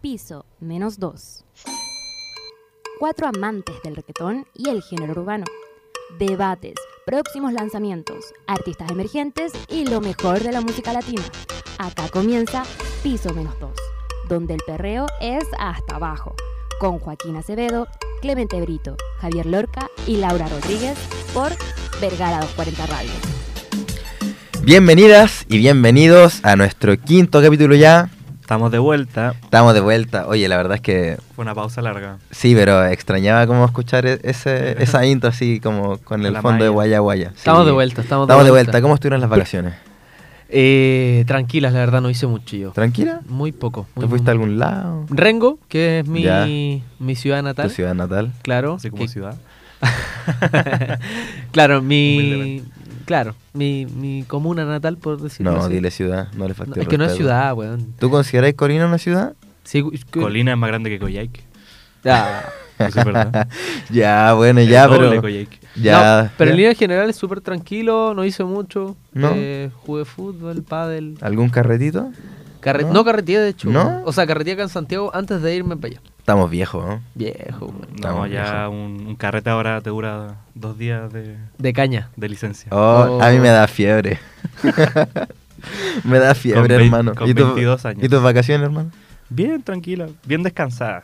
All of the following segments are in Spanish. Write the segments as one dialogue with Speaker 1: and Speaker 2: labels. Speaker 1: piso, menos 2. Cuatro amantes del reggaetón y el género urbano. Debates, próximos lanzamientos, artistas emergentes y lo mejor de la música latina. Acá comienza Piso menos 2, donde el perreo es hasta abajo, con Joaquín Acevedo, Clemente Brito, Javier Lorca y Laura Rodríguez por Vergara 240 Radio.
Speaker 2: Bienvenidas y bienvenidos a nuestro quinto capítulo ya.
Speaker 3: Estamos de vuelta.
Speaker 2: Estamos de vuelta. Oye, la verdad es que
Speaker 3: Fue una pausa larga.
Speaker 2: sí, pero extrañaba como escuchar e- ese, esa intro así como con el
Speaker 3: La
Speaker 2: fondo de
Speaker 3: malla.
Speaker 2: Guaya Guaya. Sí.
Speaker 4: Estamos de vuelta, estamos de
Speaker 2: Estamos de
Speaker 4: vuelta.
Speaker 2: vuelta. ¿Cómo estuvieron las vacaciones?
Speaker 4: Eh, tranquilas, la verdad, no hice mucho yo.
Speaker 2: ¿Tranquila?
Speaker 4: Muy poco.
Speaker 2: ¿Te
Speaker 4: muy,
Speaker 2: fuiste a
Speaker 4: muy-
Speaker 2: algún lado?
Speaker 4: Rengo, que es
Speaker 2: Ya.
Speaker 4: mi, mi ciudad natal.
Speaker 2: ¿Tu ciudad natal?
Speaker 4: Claro.
Speaker 3: Así como
Speaker 4: que-
Speaker 3: ciudad.
Speaker 4: claro, mi.
Speaker 3: Humildemente.
Speaker 4: Claro, mi, mi comuna natal, por decirlo
Speaker 2: No,
Speaker 4: así.
Speaker 2: dile ciudad, no le falté
Speaker 4: No,
Speaker 2: el
Speaker 4: es que no es
Speaker 2: respeto.
Speaker 4: ciudad, weón.
Speaker 2: ¿Tú consideras Corina una ciudad?
Speaker 4: Sí, cu- cu-
Speaker 3: Colina es más grande que Coyhaique.
Speaker 4: Ah.
Speaker 3: Eso es verdad.
Speaker 2: ya, bueno, ya,
Speaker 3: El doble
Speaker 2: pero...
Speaker 3: Coyhaique.
Speaker 2: Ya,
Speaker 4: No, pero en
Speaker 2: ya.
Speaker 4: líneas generales súper tranquilo, no hice mucho.
Speaker 2: No.
Speaker 4: Eh, jugué fútbol, pádel.
Speaker 2: ¿Algún carretito?
Speaker 4: carre-
Speaker 2: No.
Speaker 4: no. carreteé, de hecho.
Speaker 2: ¿No?
Speaker 4: O sea, carreteé acá en Santiago antes de irme para allá.
Speaker 2: Estamos viejos, ¿no?
Speaker 4: Viejo, weón.
Speaker 3: No,
Speaker 2: Estamos
Speaker 3: ya un, un carrete ahora te dura dos días de,
Speaker 4: De caña.
Speaker 3: de licencia.
Speaker 2: Oh,
Speaker 4: Oh.
Speaker 2: a mí me da fiebre. me da fiebre,
Speaker 3: vein-
Speaker 2: hermano.
Speaker 3: con
Speaker 2: ¿Y tu-
Speaker 3: 22 años.
Speaker 2: ¿Y tus vacaciones, hermano?
Speaker 3: Bien tranquila, bien descansada.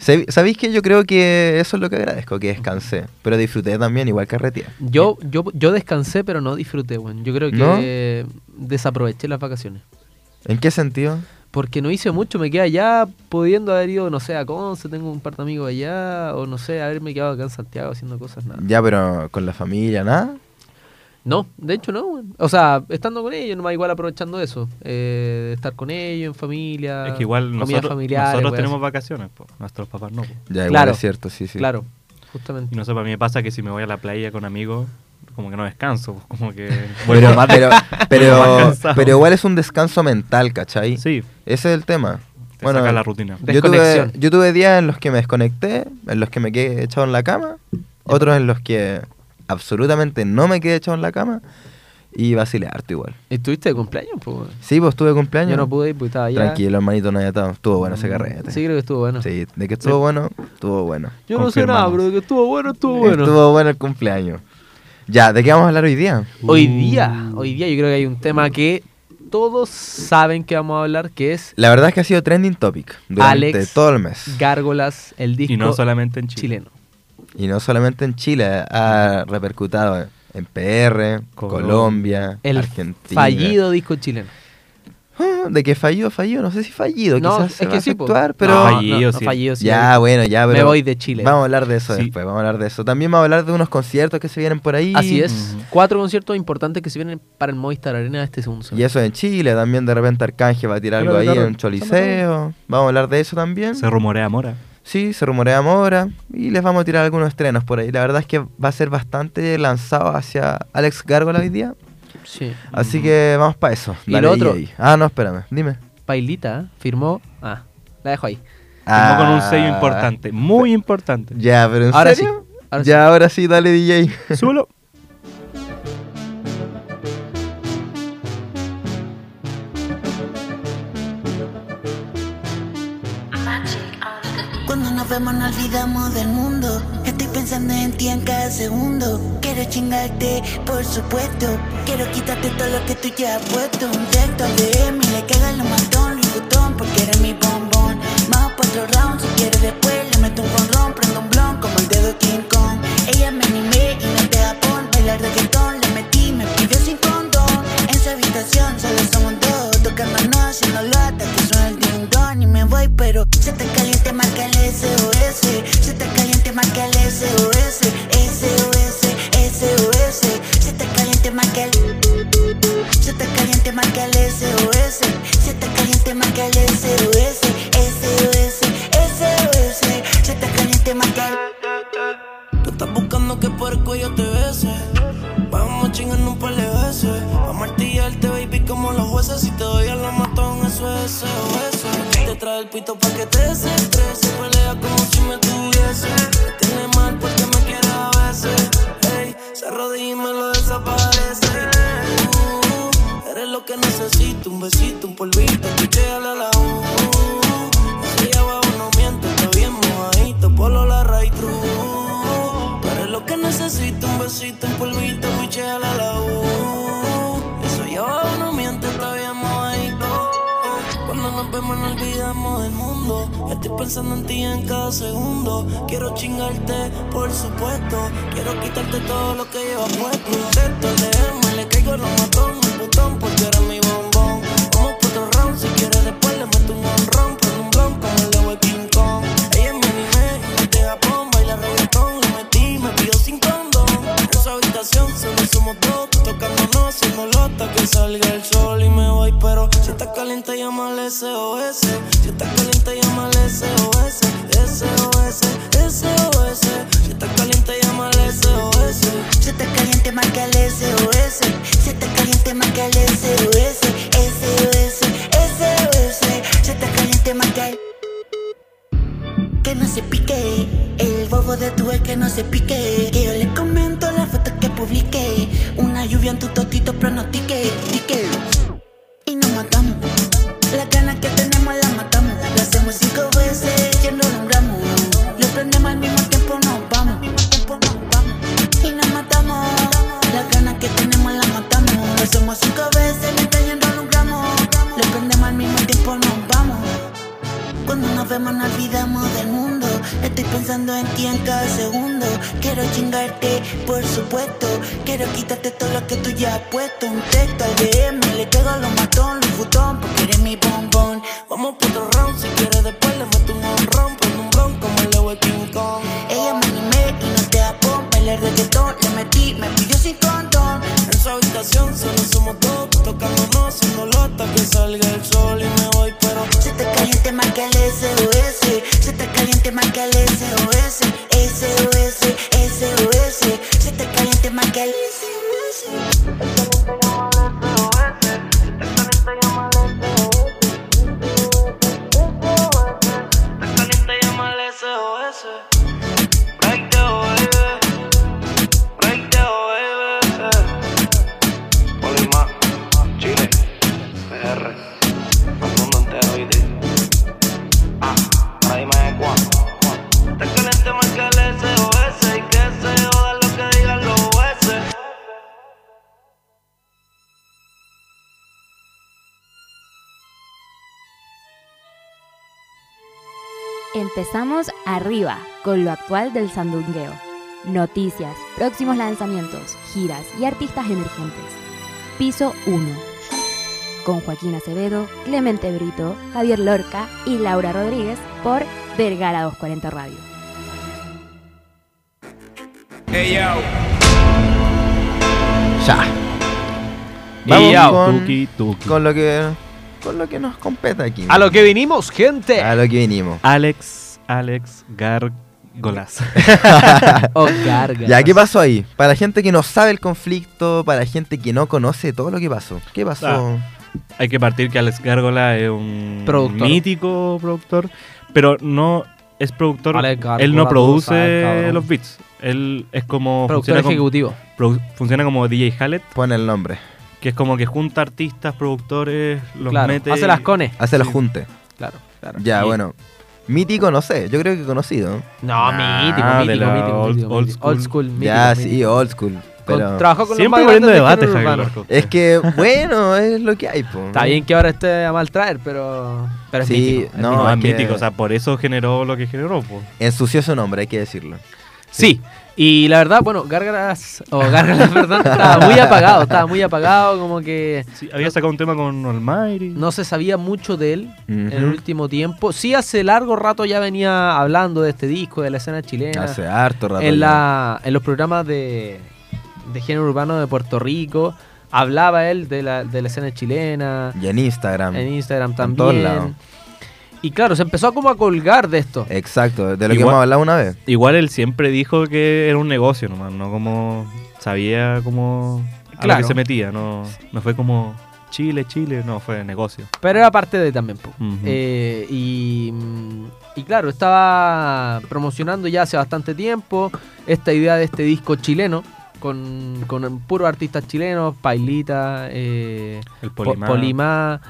Speaker 2: Sab- ¿Sabéis que yo creo que eso es lo que agradezco, que descansé? Pero disfruté también, igual que carretía.
Speaker 4: Yo, yo, yo descansé, pero no disfruté, weón. Yo creo que desaproveché las vacaciones.
Speaker 2: ¿En qué sentido?
Speaker 4: Porque no hice mucho, me quedé allá pudiendo haber ido, no sé, a Conce, tengo un par de amigos allá, o no sé, haberme quedado acá en Santiago haciendo cosas, nada.
Speaker 2: Ya, pero con la familia, nada.
Speaker 4: No, de hecho no, weón. O sea, estando con ellos, nomás igual aprovechando eso. eh, de estar con ellos, en
Speaker 2: Ah,
Speaker 4: familia.
Speaker 3: es que igual
Speaker 4: comidas
Speaker 3: nosotros,
Speaker 4: familiares,
Speaker 3: nosotros
Speaker 4: weas
Speaker 3: tenemos
Speaker 4: así.
Speaker 3: vacaciones, po. nuestros papás no. po.
Speaker 2: Ya, igual
Speaker 4: Claro.
Speaker 2: es cierto, sí, sí.
Speaker 4: Claro, justamente.
Speaker 3: Y no sé, para mí me pasa que si me voy a la playa con amigos, como que no descanso, po. como que vuelvo
Speaker 2: Pero,
Speaker 3: más
Speaker 2: pero,
Speaker 3: vuelvo más
Speaker 2: pero,
Speaker 3: cansado.
Speaker 2: pero igual es un descanso mental, ¿cachai?
Speaker 3: Sí,
Speaker 2: Ese es el tema.
Speaker 3: te saca la rutina.
Speaker 2: yo tuve,
Speaker 4: Desconexión.
Speaker 2: yo tuve días en los que me desconecté, en los que me quedé echado en la cama, otros en los que absolutamente no me quedé echado en la cama y vacilé harto igual.
Speaker 4: ¿Estuviste de cumpleaños? Pues, weón?
Speaker 2: Sí, pues tuve cumpleaños.
Speaker 4: Yo no pude ir, pues estaba allá. Mm,
Speaker 2: Tranquilo, hermanito, no había estado. Estuvo bueno ese carrete.
Speaker 4: Sí, creo que estuvo bueno.
Speaker 2: Sí, de que estuvo bueno, estuvo bueno.
Speaker 4: Yo no sé nada,
Speaker 3: Confirmamos.
Speaker 4: pero de que estuvo bueno, estuvo bueno.
Speaker 2: Estuvo bueno el cumpleaños. Ya, ¿de qué vamos a hablar hoy día?
Speaker 4: Hoy
Speaker 3: Mm.
Speaker 4: día, hoy día yo creo que hay un tema que todos saben que vamos a hablar, que es
Speaker 2: La verdad es que ha sido trending topic durante
Speaker 4: Alex
Speaker 2: todo el mes.
Speaker 4: Gárgolas, el disco
Speaker 3: Y no solamente en Chile.
Speaker 4: chileno.
Speaker 2: Y no solamente en Chile, ha repercutado en PR,
Speaker 3: Col-
Speaker 2: Colombia,
Speaker 4: El
Speaker 2: Argentina.
Speaker 4: fallido disco chileno.
Speaker 2: Ah, De que fallido, fallido, no sé si fallido,
Speaker 4: No,
Speaker 2: quizás se
Speaker 4: es
Speaker 2: va a
Speaker 4: que sí, po.
Speaker 2: efectuar, pero...
Speaker 3: No, fallido, sí.
Speaker 4: fallido, sí.
Speaker 2: ya, bueno, ya,
Speaker 4: Me
Speaker 2: pero...
Speaker 4: voy de Chile.
Speaker 2: Vamos a hablar de eso
Speaker 3: Sí.
Speaker 2: después, vamos a hablar de eso. También vamos a hablar de unos conciertos que se vienen por ahí.
Speaker 4: Así es.
Speaker 3: Ujú.
Speaker 4: Cuatro conciertos importantes que se vienen para el Movistar Arena este segundo
Speaker 2: Y
Speaker 4: semestre.
Speaker 2: eso en Chile, también de repente Arcángel va a tirar
Speaker 3: Claro,
Speaker 2: algo ahí
Speaker 3: claro.
Speaker 2: en un choliseo. Vamos a hablar de eso también.
Speaker 3: Se rumorea Mora.
Speaker 2: Sí, se rumorea Mora. Y les vamos a tirar algunos estrenos por ahí. La verdad es que va a ser bastante lanzado hacia Alex Gárgola hoy día.
Speaker 4: Sí.
Speaker 2: Así que vamos para eso.
Speaker 4: Mm. Y lo otro.
Speaker 2: DJ. Ah, no, espérame. Dime.
Speaker 4: Pailita ¿eh? firmó... Ah, la dejo ahí.
Speaker 3: Firmó con un
Speaker 2: Ah,
Speaker 3: sello importante, muy importante.
Speaker 2: Ya, pero en
Speaker 4: Ahora
Speaker 2: serio?
Speaker 4: sí, ahora
Speaker 2: ya, ahora sí, dale DJ.
Speaker 3: Súbelo.
Speaker 5: Cuando nos vemos nos olvidamos del mundo. Estoy pensando en ti en cada segundo. Quiero chingarte, por supuesto. Quiero quitarte todo lo que tú ya has puesto. Un texto de mí le queda lo matón, lo botón, porque eres mi bombón. Más por otro round, si quieres después le meto un gorrón, prendo un blon como el dedo de King Kong. Ella me animé y no te Japón, bailar reggaetón, le metí, me pidió sin condón. En su habitación solo somos dos, tocándonos, haciéndolo hasta que suena el ding dong y me voy, pero se te caliente, marca el SOS, se te caliente, marca el SOS, SOS, SOS, se te caliente, marca el se te caliente, marca el SOS. Se te caliente, marca el SOS. SOS, SOS. Se te caliente, marca el
Speaker 6: Tú estás buscando que por el cuello te bese. Vamos a chingarnos un par de veces. A martillarte, baby, como los jueces. Si te doy a la matón, eso es SOS. Te trae el pito pa' que te desestrese. Pelea como si me tuviese. Me tiene mal porque me quiere a veces. Ey, se arrodilla y me lo desaparece. Uh, Tú eres lo que necesito. Un besito, un polvito. Que te hable a la U. Ella va mundo. Estoy pensando en ti en cada segundo. Quiero chingarte, por supuesto. Quiero quitarte todo lo que llevas puesto. Intento leerme, le caigo lo matón, el botón, porque era mi bombón. Vamos por otro round, si quieres después le meto un honrón. Prendo un blon con el agua de King Kong. Ella es mi anime, de Japón, baila reggaetón. Le metí, me pidió sin condón. En su habitación solo somos dos, tocándonos, haciéndolo hasta que salga el sol y me voy. Pero si estás caliente, llámale SOS. Si estás caliente, llámale SOS. SOS, SOS. Si estás caliente, llámale SOS.
Speaker 5: Si estás caliente, marca el SOS. Si estás caliente, marca el SOS. SOS, SOS. Si estás caliente, marca el. Que no se pique. El bobo de tu es que no se pique. Que yo le comento las fotos que publique. Una lluvia en tu totito pronostique. Tique. Y nos matamos. Las ganas que tenemos las matamos. Lo hacemos cinco veces, ya no nombramos. Lo prendemos al mismo tiempo, nos vamos. Y nos matamos. Las ganas que tenemos las matamos. Lo hacemos cinco veces, mientras ya no nombramos. Lo prendemos al mismo tiempo, nos vamos. Cuando nos vemos nos olvidamos del mundo Estoy pensando en ti en cada segundo Quiero chingarte, por supuesto Quiero quitarte todo lo que tú ya has puesto Un texto al DM, le pego a los matón, los futón Porque eres mi bombón
Speaker 6: Vamos por otro round, si quieres después le meto un honrón. Prendo un blon como el agua de King Kong.
Speaker 5: Ella me animé y no te apón Bailé reggaetón, le metí, me pidió sin condón
Speaker 6: En su habitación solo somos dos, tocándonos, haciéndolo hasta que salga el sol y me voy. Pero
Speaker 5: Si te caliente, marca el SOS. Si te caliente, marca el SOS. SOS, SOS. Si te caliente, marca el SOS.
Speaker 6: Estás caliente, llámale SOS. Break down, baby. Break down, baby. Polimá, Chile, PR, el mundo entero y ti. Ah, ahora dime cuándo. Estás caliente, marcale SOS. Y que se joda lo que digan los jueces.
Speaker 1: Empezamos arriba con lo actual del sandungueo. Noticias, próximos lanzamientos, giras y artistas emergentes. Piso 1. Con Joaquín Acevedo, Clemente Brito, Javier Lorca y Laura Rodríguez por Vergara 240 Radio.
Speaker 2: Ya. Vamos con, con lo que con lo que nos compete aquí.
Speaker 4: A lo que vinimos, gente.
Speaker 2: A lo que vinimos.
Speaker 3: Alex, Alex Gargolas.
Speaker 4: Oh, carga.
Speaker 2: Ya, ¿qué pasó ahí? Para la gente que no sabe el conflicto, para la gente que no conoce todo lo que pasó. ¿Qué pasó?
Speaker 3: Ah. Hay que partir que Alex Gárgola es un
Speaker 4: Productor.
Speaker 3: mítico productor, pero no es productor.
Speaker 4: Alex Gárgola,
Speaker 3: él no
Speaker 4: tú sabes,
Speaker 3: produce
Speaker 4: cabrón.
Speaker 3: los beats. Él es como.
Speaker 4: Productor
Speaker 3: funciona como,
Speaker 4: ejecutivo.
Speaker 3: produ- funciona como DJ Khaled,
Speaker 2: Pone el nombre.
Speaker 3: que es como que junta artistas, productores, los
Speaker 4: Claro.
Speaker 3: mete.
Speaker 4: Hace
Speaker 3: y-
Speaker 4: las cones.
Speaker 2: Hace el
Speaker 3: Sí.
Speaker 2: junte.
Speaker 4: Claro, claro.
Speaker 2: Ah, Ya,
Speaker 3: Y-
Speaker 2: bueno. Mítico, no sé. Yo creo que conocido.
Speaker 4: No,
Speaker 3: Ah,
Speaker 4: mítico,
Speaker 3: de
Speaker 4: mítico,
Speaker 3: la
Speaker 4: mítico,
Speaker 3: old-
Speaker 4: mítico,
Speaker 3: old
Speaker 4: mítico.
Speaker 3: school.
Speaker 4: Old school, mítico,
Speaker 2: ya,
Speaker 4: mítico.
Speaker 2: sí, old school.
Speaker 4: Con-
Speaker 2: Pero
Speaker 4: trabajó con
Speaker 3: Siempre
Speaker 4: los más
Speaker 3: poniendo
Speaker 4: grandes
Speaker 3: debate,
Speaker 4: del género
Speaker 3: Javier.
Speaker 4: urbano.
Speaker 3: Lorca, usted.
Speaker 2: es que, bueno, es lo que hay, po.
Speaker 4: Está bien que ahora esté a mal traer, pero, pero es
Speaker 2: Sí,
Speaker 4: mítico. es
Speaker 2: no,
Speaker 4: mítico.
Speaker 3: No, es
Speaker 2: que-
Speaker 3: mítico, o sea, por eso generó lo que generó. po.
Speaker 2: Ensució su nombre, hay que decirlo.
Speaker 4: Sí. Y la verdad, bueno, Gárgaras, o Gárgaras, perdón, estaba muy apagado, estaba muy apagado, como que
Speaker 3: Sí, había sacado un tema con Almighty.
Speaker 4: no se sabía mucho de él en el
Speaker 2: Ujú.
Speaker 4: último tiempo. Sí, hace largo rato ya venía hablando de este disco, de la escena chilena.
Speaker 2: Hace harto rato.
Speaker 4: Eh, en,
Speaker 2: ya.
Speaker 4: la, en los programas de, de género urbano de Puerto Rico. Hablaba él de la, de la escena chilena,
Speaker 2: Y en Instagram.
Speaker 4: en Instagram
Speaker 2: en
Speaker 4: también.
Speaker 2: todos lados. Eh.
Speaker 4: Y claro, se empezó como a colgar de esto.
Speaker 2: Exacto, de lo que
Speaker 3: Igual-
Speaker 2: hemos hablado una vez.
Speaker 3: Igual él siempre dijo que era un negocio nomás, no como sabía cómo a lo
Speaker 4: Claro.
Speaker 3: que se metía, no, no fue como Chile, Chile, no, fue negocio.
Speaker 4: Pero era parte de también, po.
Speaker 3: Ujú.
Speaker 4: Eh, y, mm, y claro, estaba promocionando ya hace bastante tiempo esta idea de este disco chileno. Con, con puros artistas chilenos, Pailita, eh,
Speaker 3: El
Speaker 4: Po-
Speaker 3: Polimá.
Speaker 4: Polimá,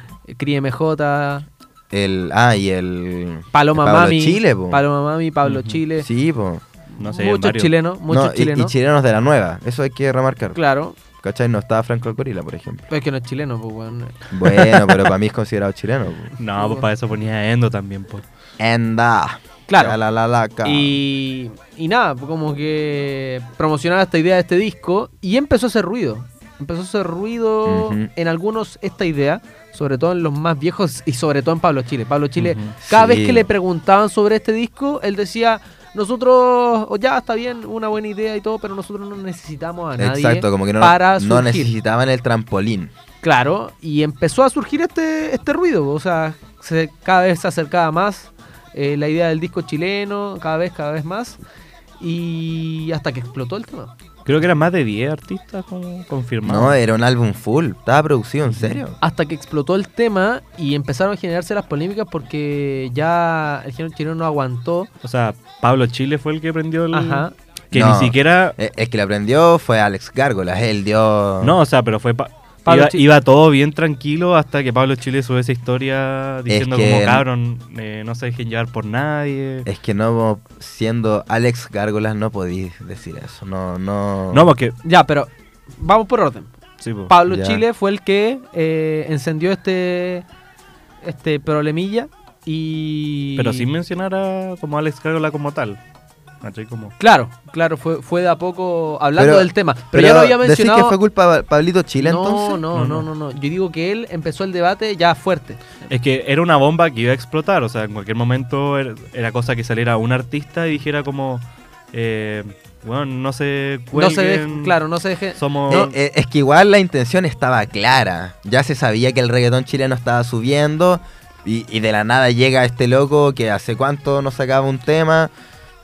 Speaker 4: CriMJ,
Speaker 2: El, ah, y el.
Speaker 4: Paloma
Speaker 2: Pablo
Speaker 4: Mami.
Speaker 2: Chile, po.
Speaker 4: Paloma Mami, Pablo
Speaker 3: Ujú.
Speaker 4: Chile.
Speaker 2: Sí, po.
Speaker 3: No sé,
Speaker 4: muchos
Speaker 3: varios.
Speaker 4: chilenos, muchos
Speaker 2: No, y-
Speaker 4: chilenos.
Speaker 2: Y, chilenos de la nueva, eso hay que remarcar.
Speaker 4: Claro.
Speaker 2: ¿Cachai? No estaba Franco Alcorila, por ejemplo.
Speaker 4: Pero es que no es chileno, pues, weón.
Speaker 2: Bueno, pero para mí es considerado chileno. po.
Speaker 3: No, pues para eso ponía Endo también, pues.
Speaker 2: Enda.
Speaker 4: Claro.
Speaker 2: Ya La, la, la, ca.
Speaker 4: Y, y nada, pues como que promocionaba esta idea de este disco y empezó a hacer ruido. Empezó a hacer ruido
Speaker 2: Ujú.
Speaker 4: en algunos esta idea, sobre todo en los más viejos y sobre todo en Pablo Chile. Pablo Chile,
Speaker 3: Ujú.
Speaker 4: cada
Speaker 2: Sí.
Speaker 4: vez que le preguntaban sobre este disco, él decía, nosotros, o ya está bien, una buena idea y todo, pero nosotros no necesitamos a nadie
Speaker 2: Exacto, como que no,
Speaker 4: para
Speaker 2: no
Speaker 4: surgir".
Speaker 2: necesitaban el trampolín.
Speaker 4: Claro, y empezó a surgir este, este ruido, o sea, se- cada vez se acercaba más eh, la idea del disco chileno, cada vez, cada vez más, y hasta que explotó el tema.
Speaker 3: Creo que eran más de 10 artistas como confirmados.
Speaker 2: No, eh. era un álbum full. Estaba producido, en serio.
Speaker 4: Hasta que explotó el tema y empezaron a generarse las polémicas porque ya el género chileno no aguantó.
Speaker 3: O sea, Pablo Chile fue el que prendió
Speaker 2: Mm.
Speaker 3: el.
Speaker 4: Ajá.
Speaker 3: Que
Speaker 2: No.
Speaker 3: ni siquiera.
Speaker 2: Eh, El que lo aprendió fue Alex Gárgolas. Él dio.
Speaker 3: No, o sea, pero fue. pa-
Speaker 4: Pablo
Speaker 3: iba,
Speaker 4: Chile.
Speaker 3: iba todo bien tranquilo hasta que Pablo Chile sube esa historia diciendo
Speaker 2: que-
Speaker 3: como cabrón, eh, no se dejen llevar por nadie.
Speaker 2: Es que no, siendo Alex Gárgolas, no podís decir eso. No, no.
Speaker 3: No, porque.
Speaker 4: Ya, pero vamos por orden.
Speaker 3: Sí, pues. po.
Speaker 4: Pablo
Speaker 2: Ya.
Speaker 4: Chile fue el que eh, encendió este, este problemilla y...
Speaker 3: Pero sin mencionar a como Alex Cargola como tal. ¿Cachai? Como.
Speaker 4: Claro, claro, fue, fue de a poco hablando
Speaker 2: Pero-
Speaker 4: del tema. Pero,
Speaker 2: Pero
Speaker 4: ya lo había
Speaker 2: ¿decís
Speaker 4: mencionado.
Speaker 2: que fue culpa de Pablito Chile
Speaker 4: no,
Speaker 2: entonces?
Speaker 4: No, no, no, no, Yo digo que él empezó el debate ya fuerte.
Speaker 3: Es que era una bomba que iba a explotar. O sea, en cualquier momento era, era cosa que saliera un artista y dijera como. Eh, bueno, no se.
Speaker 4: No se
Speaker 3: cuelguen,
Speaker 4: deje, claro, no se deje.
Speaker 3: Somos.
Speaker 2: Eh, eh, es que igual la intención estaba clara. Ya se sabía que el reggaetón chileno estaba subiendo. Y, y de la nada llega este loco que hace cuánto no sacaba un tema.